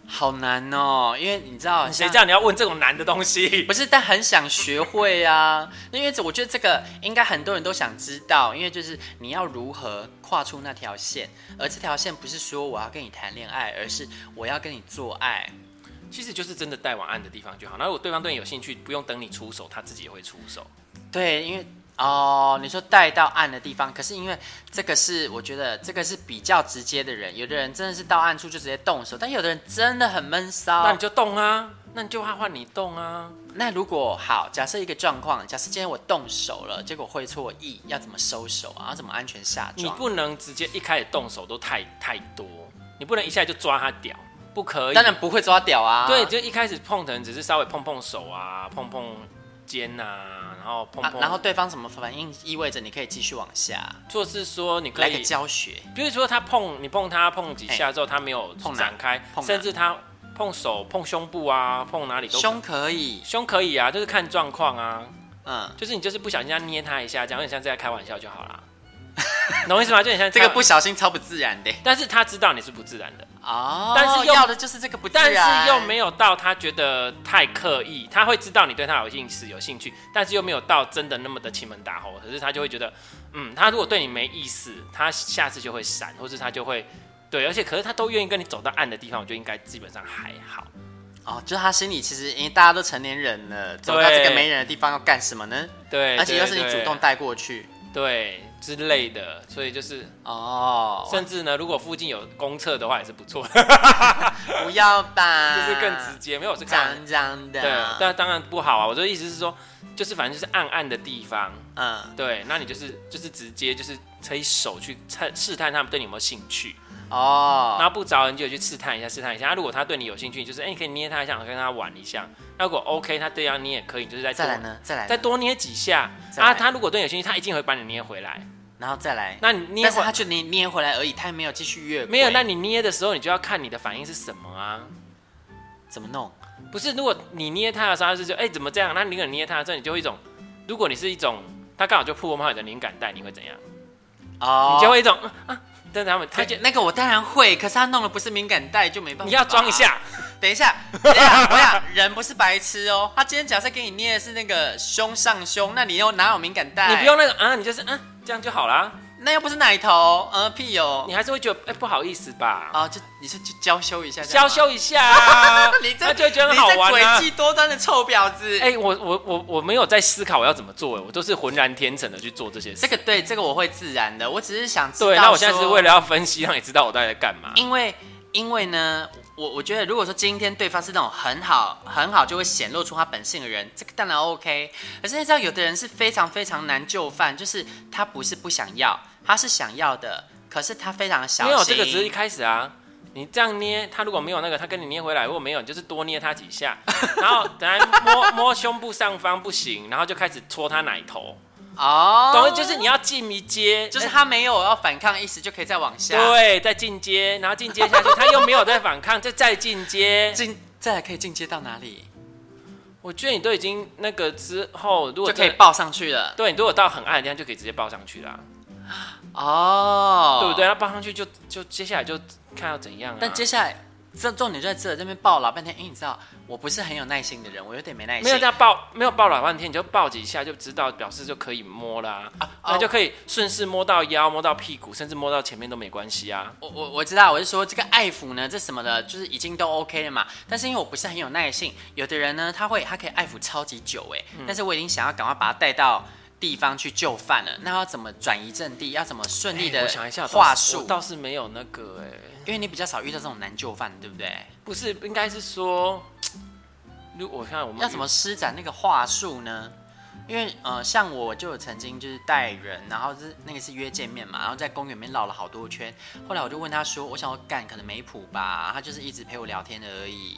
S3: 好难哦，因为你知道
S2: 谁
S3: 像
S2: 叫你要问这种难的东西
S3: 不？是，但很想学会啊，因为这我觉得这个应该很多人都想知道，因为就是你要如何跨出那条线，而这条线不是说我要跟你谈恋爱，而是我要跟你做爱。
S2: 其实就是真的带往暗的地方就好。那如果对方对你有兴趣，不用等你出手，他自己也会出手。
S3: 对，因为哦，你说带到暗的地方，可是因为这个是我觉得这个是比较直接的人，有的人真的是到暗处就直接动手，但有的人真的很闷骚。
S2: 那你就动啊，那你就换换你动啊。
S3: 那如果好，假设一个状况，假设今天我动手了，结果会错意，要怎么收手啊？要怎么安全下
S2: 你
S3: 装？
S2: 不能直接一开始动手都太太多，你不能一下就抓他屌，不可以。
S3: 当然不会抓屌啊。
S2: 对，就一开始碰可能只是稍微碰碰手啊，碰碰肩啊，然后碰
S3: 啊
S2: 碰，，
S3: 然后对方什么反应，意味着你可以继续往下
S2: 就是说你可
S3: 来个
S2: 以，
S3: 教学。
S2: 比如说他碰你碰他碰几下之后，他没有
S3: 碰哪
S2: 展开，
S3: 碰哪
S2: 甚至他碰手、碰胸部啊，碰哪里都
S3: 胸可以，
S2: 胸可以啊，就是看状况啊，
S3: 嗯，
S2: 就是你就是不小心这样捏他一下，这样有点像是在开玩笑就好 啦。懂我意思吗？就很像
S3: 这个
S2: 开
S3: 不，小心超不自然的
S2: 但是他知道你是不自然的。
S3: 哦。
S2: 但是又
S3: 要的就是这个不自
S2: 但
S3: 然，
S2: 是又没有到他觉得太刻意，他会知道你对他有兴趣、有兴趣，但是又没有到真的那么的亲门打吼。可是他就会觉得，嗯，他如果对你没意思，他下次就会闪，或是他就会对，而且可是他都愿意跟你走到暗的地方，我觉得应该基本上还好。
S3: 哦，就是他心里其实，因为大家都成年人了，走到这个没人的地方要干什么呢？
S2: 对，
S3: 而且又是你
S2: 对
S3: 主动带过去，
S2: 对对之类的，所以就是，
S3: 哦，
S2: 甚至呢，如果附近有公厕的话也是不错，
S3: 不要吧，
S2: 就是更直接。没有，我是看
S3: 脏脏的，啊
S2: 对，但当然不好啊。我的意思是说，就是反正就是暗暗的地方。
S3: 嗯，
S2: 对，那你就是就是直接就是可以手去探试探他们对你有没有兴趣，然
S3: 哦，
S2: 后不着你就去试探一下试探一下。那如果他对你有兴趣，就是哎、你可以捏他一下，跟他玩一下。那如果 OK，他对要捏也可以，你就是再多
S3: 再来呢，再来呢，
S2: 再多捏几下
S3: 再来
S2: 啊。他如果对你有兴趣，他一定会把你捏回来。
S3: 然后再来，
S2: 那你捏
S3: 但是
S2: 回
S3: 他就捏捏回来而已，他也没有继续越轨，欸
S2: 没有？那你捏的时候，你就要看你的反应是什么啊。
S3: 怎么弄？
S2: 不是，如果你捏他的时候，他是就哎、怎么这样？那你可能捏他的时候，你就会一种，如果你是一种他刚好就触碰到你的敏感带，你会怎样？
S3: 哦，
S2: 你就会一种啊啊，但是他们他
S3: 他
S2: 就
S3: 就那个我当然会，可是他弄的不是敏感带就没办法。哦
S2: 你要装一下。
S3: 等一下，等一下， 我想人不是白痴哦。他今天假设给你捏的是那个胸上胸，那你又哪有敏感带？
S2: 你不用，那个啊，你就是嗯，这样就好啦。
S3: 那又不是奶头，呃屁哦
S2: 你。还是会觉得哎、不好意思吧，
S3: 啊，就你说就娇羞一下，这
S2: 娇
S3: 样吗。
S2: 羞一下、啊
S3: ，你这
S2: 那就会觉得很好玩
S3: 你
S2: 啊
S3: 这诡。计多端的臭婊子。
S2: 哎、我我我我没有在思考我要怎么做，哎我都是浑然天成的去做这些事。
S3: 这个对，这个我会自然的，我只是想知道。
S2: 对，那我现在是为了，要分析，让你知道我到底在干嘛。
S3: 因为因为呢，我我觉得如果说今天对方是那种很好很好，就会显露出他本性的人，这个当然 OK。可是你知道，有的人是非常非常难就范，就是他不是不想要，他是想要的，可是他非常小心。
S2: 没有这个只是一开始啊，你这样捏他如果没有那个，他跟你捏回来，如果没有，你就是多捏他几 下，然后等下摸摸胸部上方不行，然后就开始戳他奶头，
S3: 哦，
S2: 懂？就是你要进一阶，
S3: 就是
S2: 哎
S3: 他没有要反抗意思，就可以再往下
S2: 对，再进阶，然后进阶下去，他又没有在反抗，就再进阶。
S3: 进，再来可以进阶到哪里
S2: 我觉得你都已经那个之后，如果
S3: 就可
S2: 真
S3: 以
S2: 的，
S3: 报上去了。
S2: 对你如果到很暗的地方就可以直接报上去啦。
S3: 哦，
S2: 对不对？？他报上去就就接下来就看要怎样啊。
S3: 但接下来这重点就在这，这边抱老半天，因为你知道我不是很有耐心的人，我有点没耐心。
S2: 没有这样抱，没有抱老半天，你就抱几下就知道，表示就可以摸啦，那、
S3: 哦
S2: 就可以顺势摸到腰，摸到屁股，甚至摸到前面都没关系啊。
S3: 我我我知道，我是说这个爱抚呢，这什么的，就是已经都 OK 了嘛。但是因为我不是很有耐性，有的人呢，他会他可以爱抚超级久哎、
S2: 嗯
S3: 但是我已经想要赶快把他带到地方去就范了。那要怎么转移阵地？要怎么顺利
S2: 哎
S3: 的
S2: 我想一下我倒是
S3: 话
S2: 我
S3: 术？
S2: 倒是没有那个哎、
S3: 因为你比较少遇到这种难就范，对不对？
S2: 不是，应该是说，如果我看我们
S3: 要怎么施展那个话术呢？因为呃，像我就有曾经就是带人，然后是那个是约见面嘛，然后在公园里面绕了好多圈。后来我就问他说，我想要干可能没谱吧，他就是一直陪我聊天而已。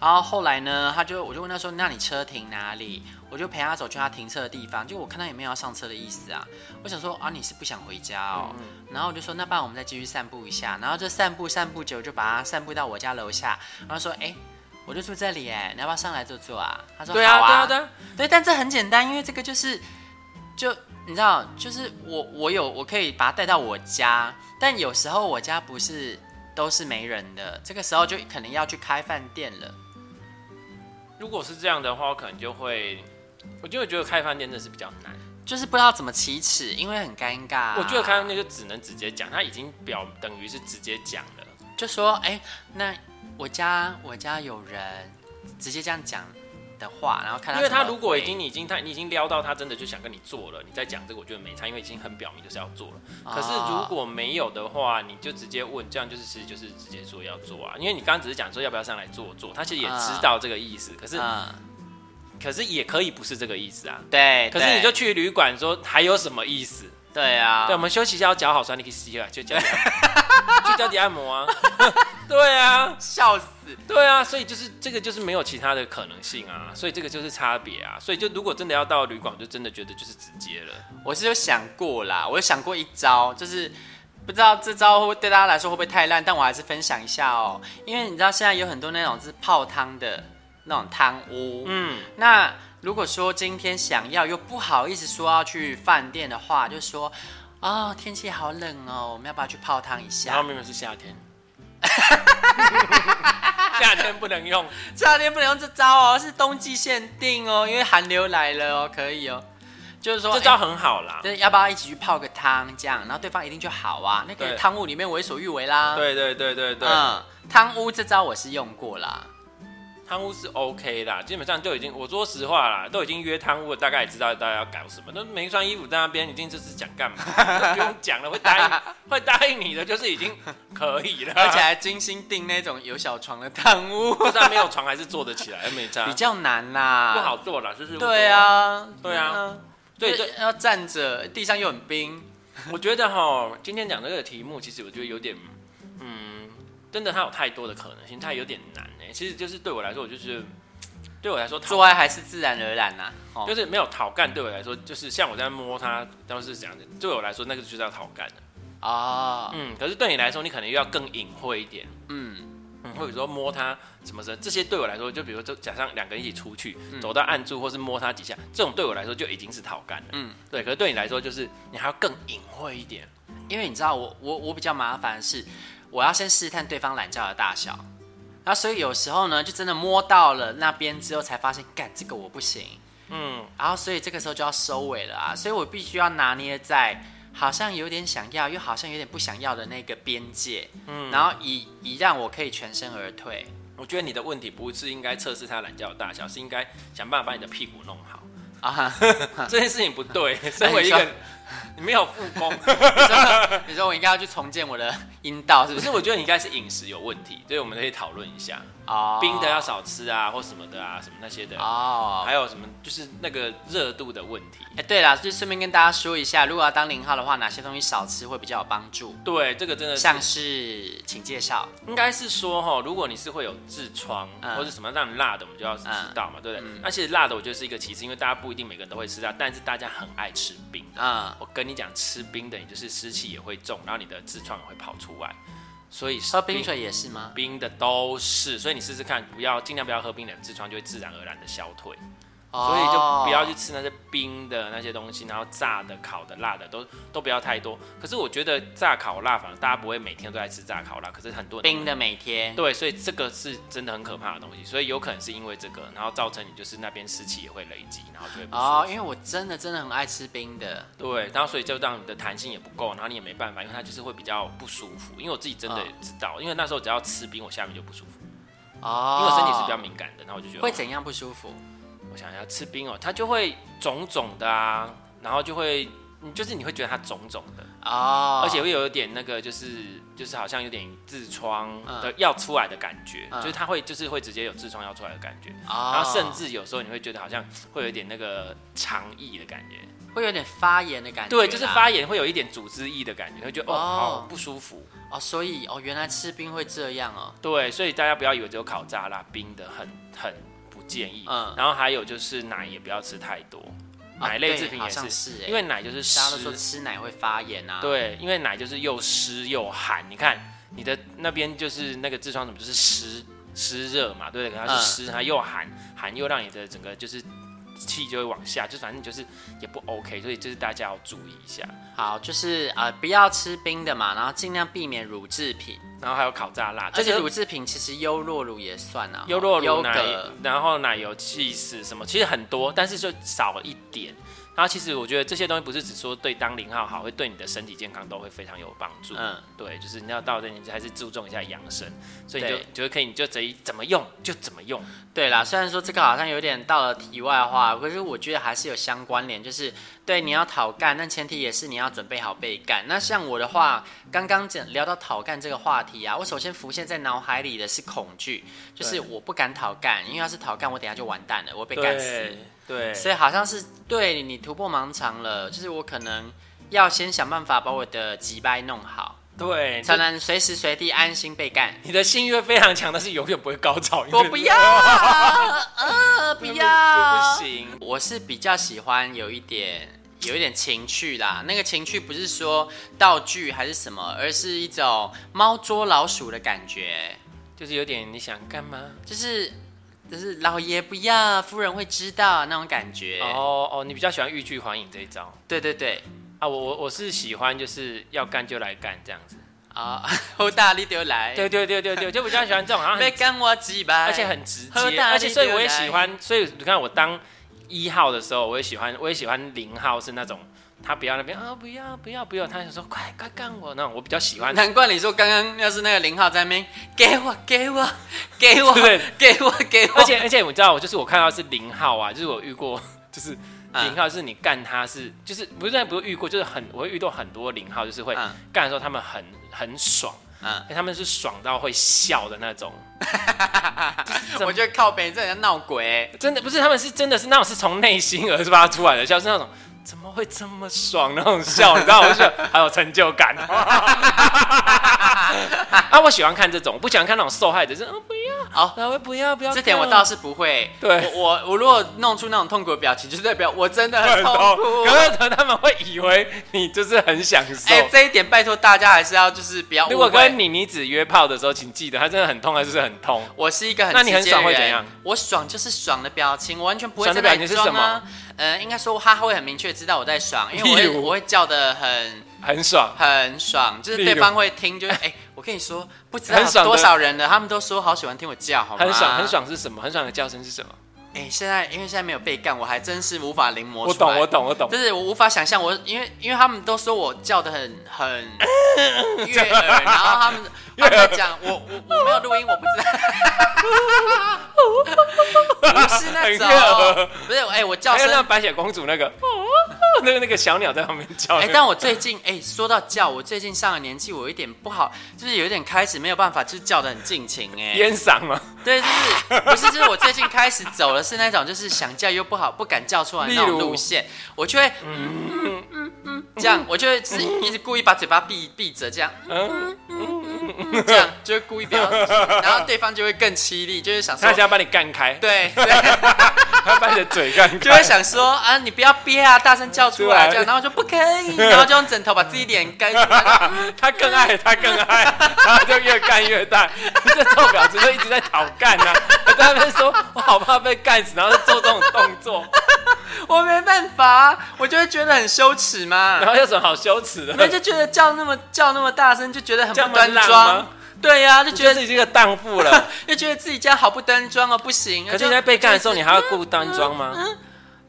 S3: 然后后来呢，他就我就问他说，那你车停哪里？我就陪他走去他停车的地方，就我看他也没有要上车的意思啊。我想说啊，你是不想回家哦？
S2: 嗯
S3: 然后我就说，那不然我们再继续散步一下。然后就散步散步久，就把他散步到我家楼下，然后说，哎、我就住这里哎，你要不要上来坐坐啊？他说
S2: 对啊
S3: 好
S2: 对啊对啊，
S3: 对，但这很简单，因为这个就是，就你知道，就是我我有我可以把他带到我家，但有时候我家不是都是没人的，这个时候就可能要去开饭店了。
S2: 如果是这样的话，我可能就会，我就会觉得开饭店真的是比较难。
S3: 就是不知道怎么启齿，因为很尴尬、啊
S2: 我觉得开饭店就只能直接讲，他已经表等于是直接讲了。
S3: 就说，哎、那我家我家有人，直接这样讲的话，然后看
S2: 因
S3: 他
S2: 为
S3: 啊怎么
S2: 他如果
S3: 回
S2: 已经你已经他你已经撩到他真的就想跟你做了，你再讲这个我觉得没差，因为已经很表明就是要做了。
S3: 啊
S2: 可是如果没有的话，你就直接问，这样就是其实就是直接说要做啊，因为你刚刚只是讲说要不要上来做做，他其实也知道这个意思，可是
S3: 嗯，
S2: 可是也可以不是这个意思啊。
S3: 对，
S2: 可是你
S3: 对
S2: 就去旅馆说还有什么意思？
S3: 对啊，
S2: 对，我们休息一下，脚好酸，你可以洗啊，去脚底按 摩去脚底按摩啊。 对啊，
S3: 笑死，
S2: 对啊，所以就是这个就是没有其他的可能性啊，所以这个就是差别啊，所以就如果真的要到旅馆，就真的觉得就是直接了。
S3: 我是有想过啦，我有想过一招，就是不知道这招会不会对大家来说会不会太烂，但我还是分享一下哦、因为你知道现在有很多那种是泡汤的那种汤屋，
S2: 嗯，
S3: 那如果说今天想要又不好意思说要去饭店的话，就说哦天气好冷哦，我们要不要去泡汤一
S2: 然后
S3: 下？
S2: 明明是夏 天，夏天不能用，
S3: 夏天不能用这招哦，是冬季限定哦，因为寒流来了哦，可以哦。就是说
S2: 这招很好啦。
S3: 对，要不要一起去泡个汤这样？然后对方一定就好啊，那个
S2: 对
S3: 汤屋里面为所欲为啦。，
S2: 对对对对对，
S3: 嗯，汤屋这招我是用过啦。
S2: 贪污是 OK 啦，基本上就已经我说实话啦，都已经约贪污了，大概也知道大家要搞什么。那没穿衣服在那边，一定就是想干嘛， 就不用讲了，会答 应会答应你的，就是已经可以了。
S3: 而且还精心订那种有小床的汤 屋，
S2: 就算没有床还是坐得起来，没差
S3: 比。较难啦。
S2: 不好做啦，就是
S3: 对，啊，
S2: 对啊
S3: 嗯，
S2: 对
S3: 就
S2: 对，
S3: 要站着，地上又很冰。
S2: 我觉得哈，今天讲这个题目，其实我觉得有点，嗯，真的它有太多的可能性，它有点难呢、其实就是对我来说，我就是对我来说，
S3: 做
S2: 讨
S3: 爱还是自然而然呐、哦，
S2: 就是没有讨干，对我来说，就是像我在摸它，都是这样子。对我来说，那个就是要讨干的。
S3: 哦，
S2: 嗯，可是对你来说，你可能又要更隐晦一点。
S3: 嗯，
S2: 嗯，或者说摸它什么的，这些对我来说，就比如说假上两个人一起出去，
S3: 嗯
S2: 走到暗处或是摸它几下，这种对我来说就已经是讨干了。
S3: 嗯，
S2: 对。可是对你来说，就是你还要更隐晦一点。
S3: 因为你知道我我我比较麻烦的是，我要先试探对方懒觉的大小，然后所以有时候呢，就真的摸到了那边之后，才发现干这个我不行，
S2: 嗯，
S3: 然后所以这个时候就要收尾了啊，所以我必须要拿捏在好像有点想要，又好像有点不想要的那个边界，嗯，然后以以让我可以全身而退，
S2: 我觉得你的问题不是应该测试它懒觉的大小，是应该想办法把你的屁股弄好。
S3: 啊 哈，
S2: 这件事情不 对，身为一
S3: 那
S2: 个
S3: 你说
S2: 你没有复工，
S3: 你说你说我应该要去重建我的阴道是
S2: 不
S3: 不
S2: 是？
S3: 是？
S2: 我觉得你应该是饮食有问题，所以我们可以讨论一下，
S3: 哦
S2: 冰的要少吃啊，或什么的啊，什么那些的，
S3: 哦，
S2: 还有什么就是那个热度的问题。
S3: 哎，对了，就顺便跟大家说一下，如果要当零号的话，哪些东西少吃会比较有帮助？
S2: 对，这个真的是
S3: 像呃是，请介绍
S2: 应该是说哈，如果你是会有痔疮、
S3: 嗯
S2: 或者什么让你辣的，我们就要知道嘛，对不对？那其实辣的我觉得是一个歧视，因为大家不一定每个人都会吃辣，但是大家很爱吃冰的。
S3: 啊、
S2: 我跟你讲，吃冰的你就是湿气也会重，然后你的痔疮也会跑出来，所以
S3: 喝冰水也是吗？
S2: 冰的都是，所以你试试看，不要尽量不要喝冰的，痔疮就会自然而然的消退。所以就不要去吃那些冰的那些东西，然后炸的、烤的、辣的都都不要太多。可是我觉得炸烤辣反而大家不会每天都在吃炸烤辣，可是很多人
S3: 冰的每天。
S2: 对，所以这个是真的很可怕的东西，所以有可能是因为这个，然后造成你就是那边湿气也会累积，然后就会不舒服。
S3: 哦，因为我真的真的很爱吃冰的。
S2: 对，然后所以就让你的弹性也不够，然后你也没办法，因为它就是会比较不舒服。因为我自己真的也知道，因为那时候只要吃冰，我下面就不舒服，
S3: 哦，
S2: 因为我身体是比较敏感的，然后我就觉得
S3: 会
S2: 哦
S3: 怎样不舒服？
S2: 我想一下，吃冰哦，它就会肿肿的啊，然后就会，你就是你会觉得它肿肿的，
S3: 哦，
S2: 而且会有一点那个，就是就是好像有点痔疮的要出来的感觉，
S3: 嗯
S2: 就是它会就是会直接有痔疮要出来的感觉，
S3: 哦
S2: 然后甚至有时候你会觉得好像会有一点那个肠溢的感觉，
S3: 会有点发炎的感觉。
S2: 对，就是发。炎会有一点组织溢的感觉，你会觉得哦
S3: 啊哦
S2: 好不舒服。
S3: 哦，所以哦，原来吃冰会这样哦。
S2: 对，所以大家不要以为只有烤炸啦，冰的很很不建议。
S3: 嗯
S2: 然后还有就是奶也不要吃太多，
S3: 啊
S2: 奶类
S3: 对
S2: 制品
S3: 好
S2: 也
S3: 像是欸
S2: 因为奶就是湿
S3: 大家都说吃奶会发炎啊。。
S2: 对，因为奶就是又湿又寒，你看你的那边就是那个痔疮怎么就是湿湿热嘛，对不对？可它是
S3: 嗯
S2: 湿，它又寒，寒又让你的整个就是气就会往下，就反正就是也不 OK，所以就是大家要注意一下。
S3: 好，就是呃，不要吃冰的嘛，然后尽量避免乳制品。
S2: 然后还有烤炸辣，
S3: 而
S2: 这
S3: 且
S2: 些
S3: 乳制品其实优酪乳也算啊，
S2: 优酪乳
S3: 优
S2: 奶
S3: 格，
S2: 然后奶油、气死什么，其实很多，但是就少一点。然后其实我觉得这些东西不是只说对当零号好，会对你的身体健康都会非常有帮助。
S3: 嗯，
S2: 对，就是你要到这年纪还是注重一下养生，所以你就
S3: 对
S2: 觉得可以，你就怎怎么用就怎么用。
S3: 对啦，虽然说这个好像有点到了题外话，可是我觉得还是有相关联，就是对你要讨干，但前提也是你要准备好被干。那像我的话，刚刚讲聊到讨干这个话题啊，我首先浮现在脑海里的是恐惧，就是我不敢讨干，因为要是讨干，我等一下就完蛋了，我被干死。
S2: 对，
S3: 所以好像是对你突破盲肠了，就是我可能要先想办法把我的脊掰弄好，
S2: 对，
S3: 才能随时随地安心被干。
S2: 你的性欲会非常强，但是永远不会高潮。 因为
S3: 我哦不要，呃，不要，
S2: 就不行。
S3: 我是比较喜欢有一点有一点情趣啦，那个情趣不是说道具还是什么，而是一种猫捉老鼠的感觉，
S2: 就是有点你想干嘛？
S3: 就是就是老爷不要，夫人会知道那种感觉。
S2: 哦哦，你比较喜欢欲拒还迎这一招
S3: 对对对，
S2: 啊？我我我是喜欢就是要干就来干这样子。
S3: 啊、好大力丢来，
S2: 对对对对 对，就比较喜欢这种，然后很
S3: 被干我几把，
S2: 而且很直
S3: 喝
S2: 接，
S3: 大力
S2: 而且所以我也
S3: 就来
S2: 喜欢，所以你看我当一号的时候，我也喜欢，我也喜欢零号是那种他不要那边啊不要不要不要，他想说快快干我那种，我比较 喜欢。
S3: 难怪你说刚刚要是那个零号在那边给我给我给我
S2: 对
S3: 给我给我，
S2: 而且而且我知道，我就是我看到是零号啊，就是我遇过，就是
S3: 嗯
S2: 零号是你干他是就是不是不是遇过，就是很我会遇到很多零号，就是会
S3: 嗯
S2: 干的时候他们很很爽，哎
S3: 嗯
S2: 他们是爽到会笑的那种。
S3: 我觉得靠北这人在闹鬼、
S2: 真的不是，他们是真的是那种是从内心而发出来的笑，是那种怎么会这么爽那种笑，你知道我是还有成就 感。啊，我喜欢看这种，我不喜欢看那种受害者，是啊不要，
S3: 好
S2: 然后不要不要，
S3: 这点我倒是不会。
S2: 对
S3: 我我我如果弄出那种痛苦的表情，就是代表我真的 很
S2: 很
S3: 痛
S2: 痛
S3: 苦。，
S2: 可是他们会以为你就是很享受。
S3: 哎、这一点拜托大家还是要就是不要误会。
S2: 如果跟妮妮子约炮的时候，请记得，他真的很痛，他就是很痛。
S3: 我是一个很
S2: 那你很
S3: 直接的
S2: 爽会
S3: 人
S2: 怎样？
S3: 我爽就是爽的表情，我完全不会
S2: 爽
S3: 在
S2: 的
S3: 那
S2: 表
S3: 里
S2: 情是什
S3: 装
S2: 么
S3: 啊。呃，应该说他会很明确知道我在爽，因为我
S2: 例
S3: 会
S2: 如
S3: 我会叫的很
S2: 很爽，
S3: 很爽，就是
S2: 例
S3: 对
S2: 如
S3: 方会听，就是哎、我跟你说，不知道
S2: 很爽的
S3: 多少人了，他们都说好喜欢听我叫，好吗？
S2: 很爽，很。爽是什么？很爽的叫声是什么？
S3: 哎、现在因为现在没有被干，我还真是无法临摹
S2: 我
S3: 出来
S2: 懂，我懂，我懂
S3: 就。是我无法想象，我因为因为他们都说我叫的很 很悦耳，然后他们他们在讲我我我没有录音，我不知道， 不是那
S2: 很悦
S3: 种
S2: 耳，
S3: 不是哎、我叫
S2: 还有
S3: 声
S2: 那个白雪公主那个，哦那个那个小鸟在旁边叫。
S3: 哎、但我最近哎、说到叫，我最近上了年纪，我有一点不好，就是有一点开始没有办法，就是叫的很尽情哎、
S2: 烟嗓嘛，
S3: 对，就是不是就是我最近开始走的是那种就是想叫又不好不敢叫出来的那种
S2: 例如
S3: 路线，我就会嗯嗯嗯这样，我就会就是一直故意把嘴巴闭闭着这样，
S2: 嗯，
S3: 这样就会故意不要，然后对方就会更凄厉，就是想
S2: 他
S3: 说
S2: 想要把你干开，
S3: 对对，
S2: 他把你的嘴干开，
S3: 就会想说啊你不要憋啊，大声叫出来
S2: 对
S3: 这样，然后就不可以，然后就用枕头把自己脸盖住，
S2: 他更爱，他更爱，然后就越干干越大，这臭婊子都一直在讨干呐、还在那边说我好怕被干死，然后就做这种动 作，
S3: 我没办法，我就会觉得很羞耻嘛
S2: 然。后有什么好羞耻的？
S3: 没就觉得叫那么叫那么大声，就觉得很
S2: 这样
S3: 不
S2: 蛮
S3: 端
S2: 浪
S3: 庄
S2: 吗。
S3: 对呀、就觉
S2: 觉
S3: 得
S2: 得自己是一个荡妇 了。
S3: 就觉得自己家好不端庄哦，不行。
S2: 可是
S3: 就
S2: 你在被干的时候，
S3: 就
S2: 你
S3: 是
S2: 还要顾 端庄吗？
S3: 嗯，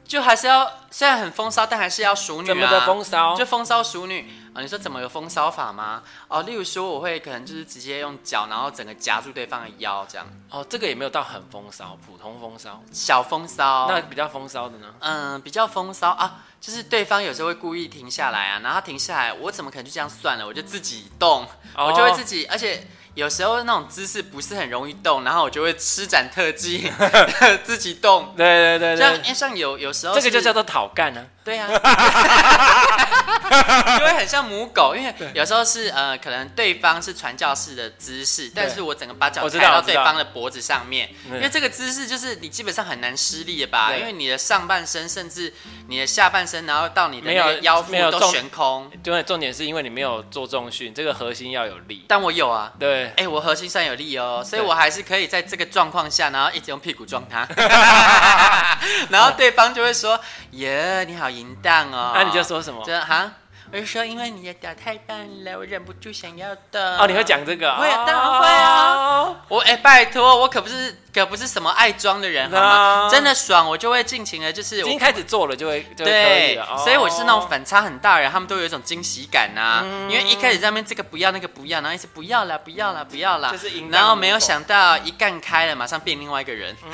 S3: 就还是要，虽然很风骚，但还是要熟女、啊。
S2: 怎么的风骚
S3: 就风骚熟女啊、你说怎么有风骚法吗？哦，例如说我会可能就是直接用脚，然后整个夹住对方的腰，这样
S2: 哦，这个也没有到很风骚，普通风骚。
S3: 小风骚。
S2: 那比较风骚的呢？
S3: 嗯，比较风骚啊，就是对方有时候会故意停下来啊，然后他停下来，我怎么可能就这样算了？我就自己动，
S2: 哦
S3: 我就会自己，而且有时候那种姿势不是很容易动，然后我就会施展特技 自己动。
S2: 对对对
S3: 像
S2: 对，
S3: 诶像有有时候
S2: 这个就是叫做讨干啊。
S3: 对 呀、就会很像母狗，因为有时候是呃，可能对方是传教士的姿势，但是我整个把脚
S2: 我知
S3: 抬
S2: 道
S3: 到
S2: 我知
S3: 对
S2: 道
S3: 方的脖子上面，
S2: 嗯
S3: 因为这个姿势就是你基本上很难施力的吧，
S2: 对
S3: 因为你的上半身甚至你的下半身，然后到你的
S2: 没
S3: 那
S2: 有
S3: 个腰腹
S2: 没有
S3: 都
S2: 重
S3: 悬空。
S2: 对，重点是因为你没有做重训，这个核心要有力。
S3: 但我有啊，
S2: 对，
S3: 哎、我核心算有力哦，所以
S2: 对
S3: 我还是可以在这个状况下，然后一直用屁股撞 他， 然后对方就会说：“耶，你好淫荡哦。”
S2: 那你就说什么？
S3: 这哈，我就说因为你的脚太棒了，我忍不住想要的。
S2: 哦，你会？讲这个？
S3: 我也
S2: 哦
S3: 当然会啊。我哎、拜托，我可不是可不是什么爱装的人好吗？
S2: No
S3: 真的爽，我就会尽情的，就是
S2: 已
S3: 我
S2: 经开始做了就会就会可以
S3: 对
S2: 了。哦，
S3: 所以我是那种反差很大的人，他们都有一种惊喜感呐、
S2: 嗯
S3: 因为一开始在那边这个不要那个不要，然后一直不要啦不要啦不要啦，
S2: 就是淫荡
S3: 然后没
S2: 魔
S3: 有
S2: 狗
S3: 想到一干开了，马上变另外一个人。
S2: 嗯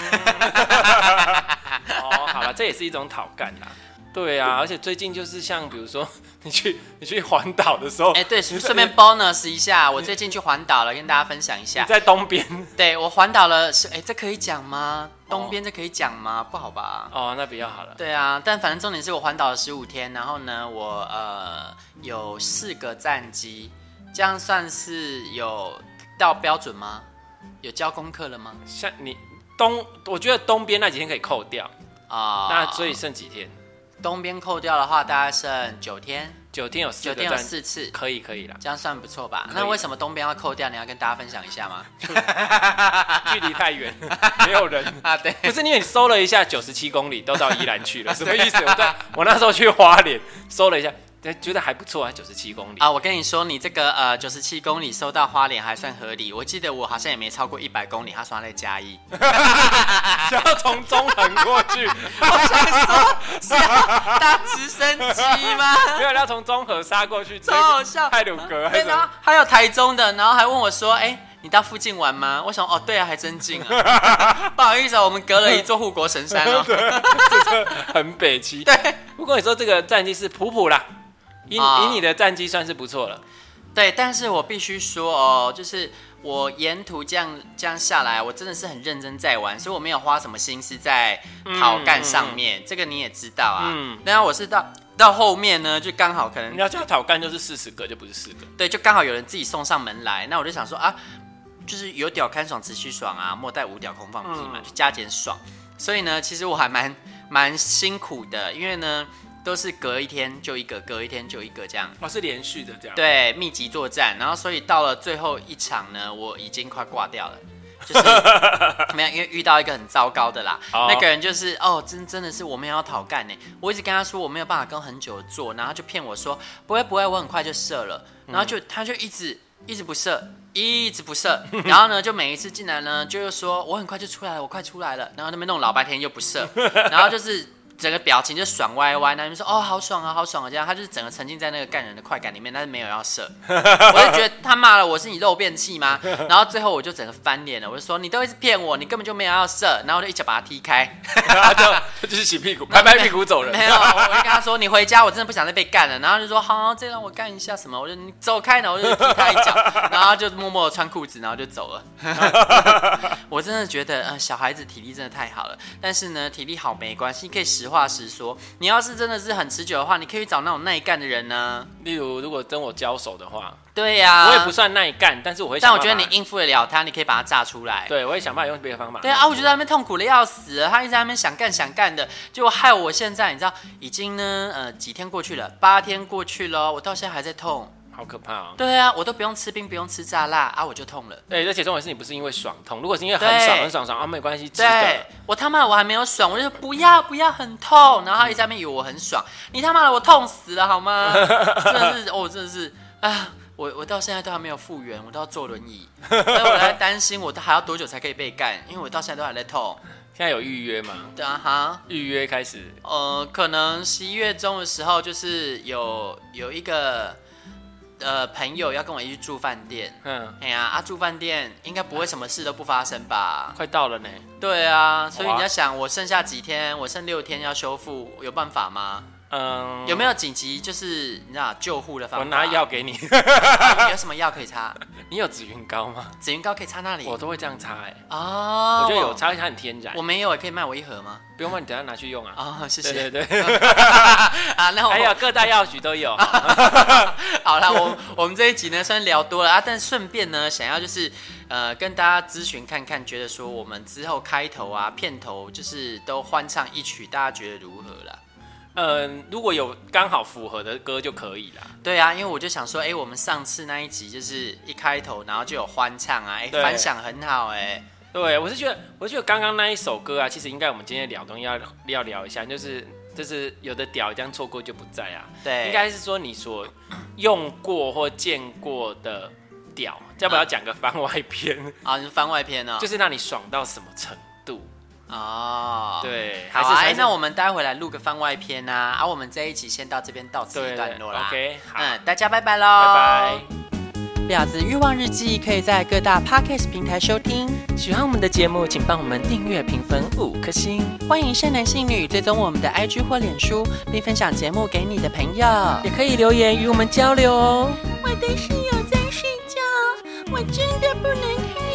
S2: 哦，好了，这也是一种讨干 啦。对啊，而且最近就是像比如说 你去你去环岛的时候，
S3: 哎、对，
S2: 你
S3: 顺便 bonus 一下，我最近去环岛了，跟大家分享一
S2: 你
S3: 下。
S2: 在东边
S3: 对我环岛了，是哎，这可以讲吗？东边这可以讲吗？不好吧？
S2: 哦，那比较好了。
S3: 对啊，但反正重点是我环岛了十五天，然后呢，我呃有四个战机，这样算是有到标准吗？有交功课了吗？
S2: 像你东，我觉得东边那几天可以扣掉，
S3: 啊、
S2: 那所以剩几天？
S3: 东边扣掉的话，大概剩九天，
S2: 九天有四
S3: 九
S2: 个
S3: 天有
S2: 站，
S3: 四次，
S2: 可以可以啦，
S3: 这样算不错吧？
S2: 可以
S3: 那为什么东边要扣掉？你要跟大家分享一 下吗？
S2: 距离太远，没有 人。
S3: 啊，对，
S2: 不是因为你搜了一下九十七公里，都到宜兰去了，什么意思？我 在我那时候去花莲搜了一下，哎觉得还不错啊，九十七公里。
S3: 啊，我跟你说，你这个呃九十七公里收到花莲还算合理。我记得我好像也没超过一百公里，他说他在 加一。
S2: 想要从中横过去，
S3: 我想说，是要搭直升机吗？
S2: 没有人要从中和杀过去，
S3: 超好笑，
S2: 泰鲁格还
S3: 对，
S2: 是
S3: 然
S2: 什
S3: 后
S2: 么？
S3: 还有台中的，然后还问我说：“哎、你到附近玩吗？”我想，哦，对啊，还真近啊。不好意思、啊，我们隔了一座护国神山哦。
S2: 很北齐。
S3: 对
S2: 不过你说这个战绩是普普啦，以
S3: 啊
S2: 以你的战绩算是不错了。
S3: 对，但是我必须说哦，就是我沿途这样这样下来，我真的是很认真在玩，所以我没有花什么心思在讨干上面，这个你也知道啊。
S2: 嗯
S3: 然后我是到到后面呢，就刚好可能
S2: 你要叫讨干就是四十个，就不是四个。
S3: 对，就刚好有人自己送上门来，那我就想说啊，就是有屌看爽，持续爽啊，莫待无屌空放屁嘛，就加减爽。所以呢，其实我还蛮蛮辛苦的，因为呢都是隔一天就一个，隔一天就一个这样。
S2: 哦，是连续的 这样。，
S3: 对，密集作战，然后所以到了最后一场呢，我已经快挂掉了。就是没有，因为遇到一个很糟糕的啦。
S2: 哦
S3: 那个人就是哦，真真的是我没有要讨干呢。我一直跟他说我没有办法跟很久的做，然后他就骗我说不会不会，我很快就射了。然后就、他就一直一直不射，一直不射。然后呢，就每一次进来呢，就又说我很快就出来了，我快出来了。然后那边弄老半天又不射，然后就是整个表情就爽歪歪。然后就说哦好爽啊好爽啊这样，他就是整个沉浸在那个干人的快感里面，但是没有要射。我就觉得他骂了我是你肉便器吗？然后最后我就整个翻脸了，我就说你都一直骗我，你根本就没有要射，然后我就一脚把他踢开，
S2: 然后啊就就是洗屁股，拍拍屁股走人。
S3: 没有，我就跟他说你回家，我真的不想再被干了。然后他就说好，再让我干一下什么，我就你走开呢，然后我就踢他一脚，然后他就默默的穿裤子，然后就走了。 我真的觉得，呃，小孩子体力真的太好了。但是呢，体力好没关系，你可以实话实说。你要是真的是很持久的话，你可以找那种耐干的人呢、
S2: 例如，如果跟我交手的话，
S3: 对呀、
S2: 我也不，算耐干，但是我会想
S3: 啊但我
S2: 办法。
S3: 觉得你应付得了他，你可以把他炸出来。
S2: 对，我会想办法用别的方法。
S3: 对啊，我就在那边痛苦的要死了，他一直在那边想干想干的，结果害我现在你知道，已经呢呃几天过去了，八天过去了哦，我到现在还在痛。
S2: 好可怕哦！
S3: 对啊，我都不用吃冰，不用吃炸辣啊，我就痛了。
S2: 对，而且重点是你不是因为爽痛，如果是因为很
S3: 对
S2: 爽很爽爽啊，没关系，值
S3: 对
S2: 得。
S3: 我他妈的我还没有爽，我就说不要不要很痛，然后他一直在那边以为我很爽，你他妈的我痛死了好吗？真的是，哦，真的是啊，我我到现在都还没有复原，我都要坐轮椅，所以我在担心我都还要多久才可以被干，因为我到现在都还在痛。
S2: 现在有预约吗？
S3: 对啊哈，
S2: 预约开始，
S3: 呃，可能十一月中的时候，就是有有一个呃朋友要跟我一起住饭店。
S2: 嗯，
S3: 哎呀，啊，住饭店应该不会什么事都不发生吧？
S2: 快到了呢。
S3: 对啊，所以
S2: 哇
S3: 你要想，我剩下几天，我剩六天要修复，有办法吗？
S2: 嗯，
S3: 有没啊
S2: 有？
S3: 有紧急就是你知道救护的方法？啊
S2: 我拿药，给你，
S3: 有什么药可以擦？
S2: 你有紫云膏吗？
S3: 紫云膏可以擦那里？
S2: 我都会这样擦哎、
S3: 哎哦，
S2: 我觉得有，擦，它很天然
S3: 我。没有，欸可以卖我一盒吗？
S2: 不用吗？你等一下拿去用啊。
S3: 哦，谢
S2: 对
S3: 谢。
S2: 对对，
S3: 啊，那我
S2: 还有各大药局 都有。好
S3: 好啦，我我们这一集呢，虽然聊多了啊，但顺便呢，想要就是呃跟大家咨询看看，觉得说我们之后开头啊、片头就是都欢唱一曲，大家觉得如何啦？
S2: 嗯，如果有刚好符合的歌就可以啦。
S3: 对啊，因为我就想说，哎、我们上次那一集就是一开头，然后就有欢唱啊，哎、
S2: 对
S3: 反响很好、哎
S2: 对，我是觉得，我是觉得刚刚那一首歌啊，其实应该我们今天聊东西要要聊一下，就是就是有的屌这样错过就不在啊。
S3: 哎，对，
S2: 应该是说你所用过或见过的屌，要不要讲个番外篇？
S3: 啊，你是番外篇哦，
S2: 就是是让你爽到什么程度？
S3: 哦，，
S2: 对，
S3: 好
S2: 还
S3: 啊，
S2: 是
S3: 哎、
S2: 还是
S3: 那我们待会来录个番外篇啊，啊，我们这一集先到这边到此
S2: 对
S3: 一段落啦
S2: 对，OK，好
S3: 嗯，大家拜拜喽，
S2: 拜
S3: 拜，婊子欲望日记可以在各大 podcast 平台收听，
S1: 拜！喜欢我们的节目，请帮我们订阅、评分五颗星。
S3: 欢迎善男信女追踪我们的 IG 或脸书，并分享节目给你的朋友。
S1: 也可以留言与我们交流哦。
S6: 我的室友在睡觉，我真的不能看。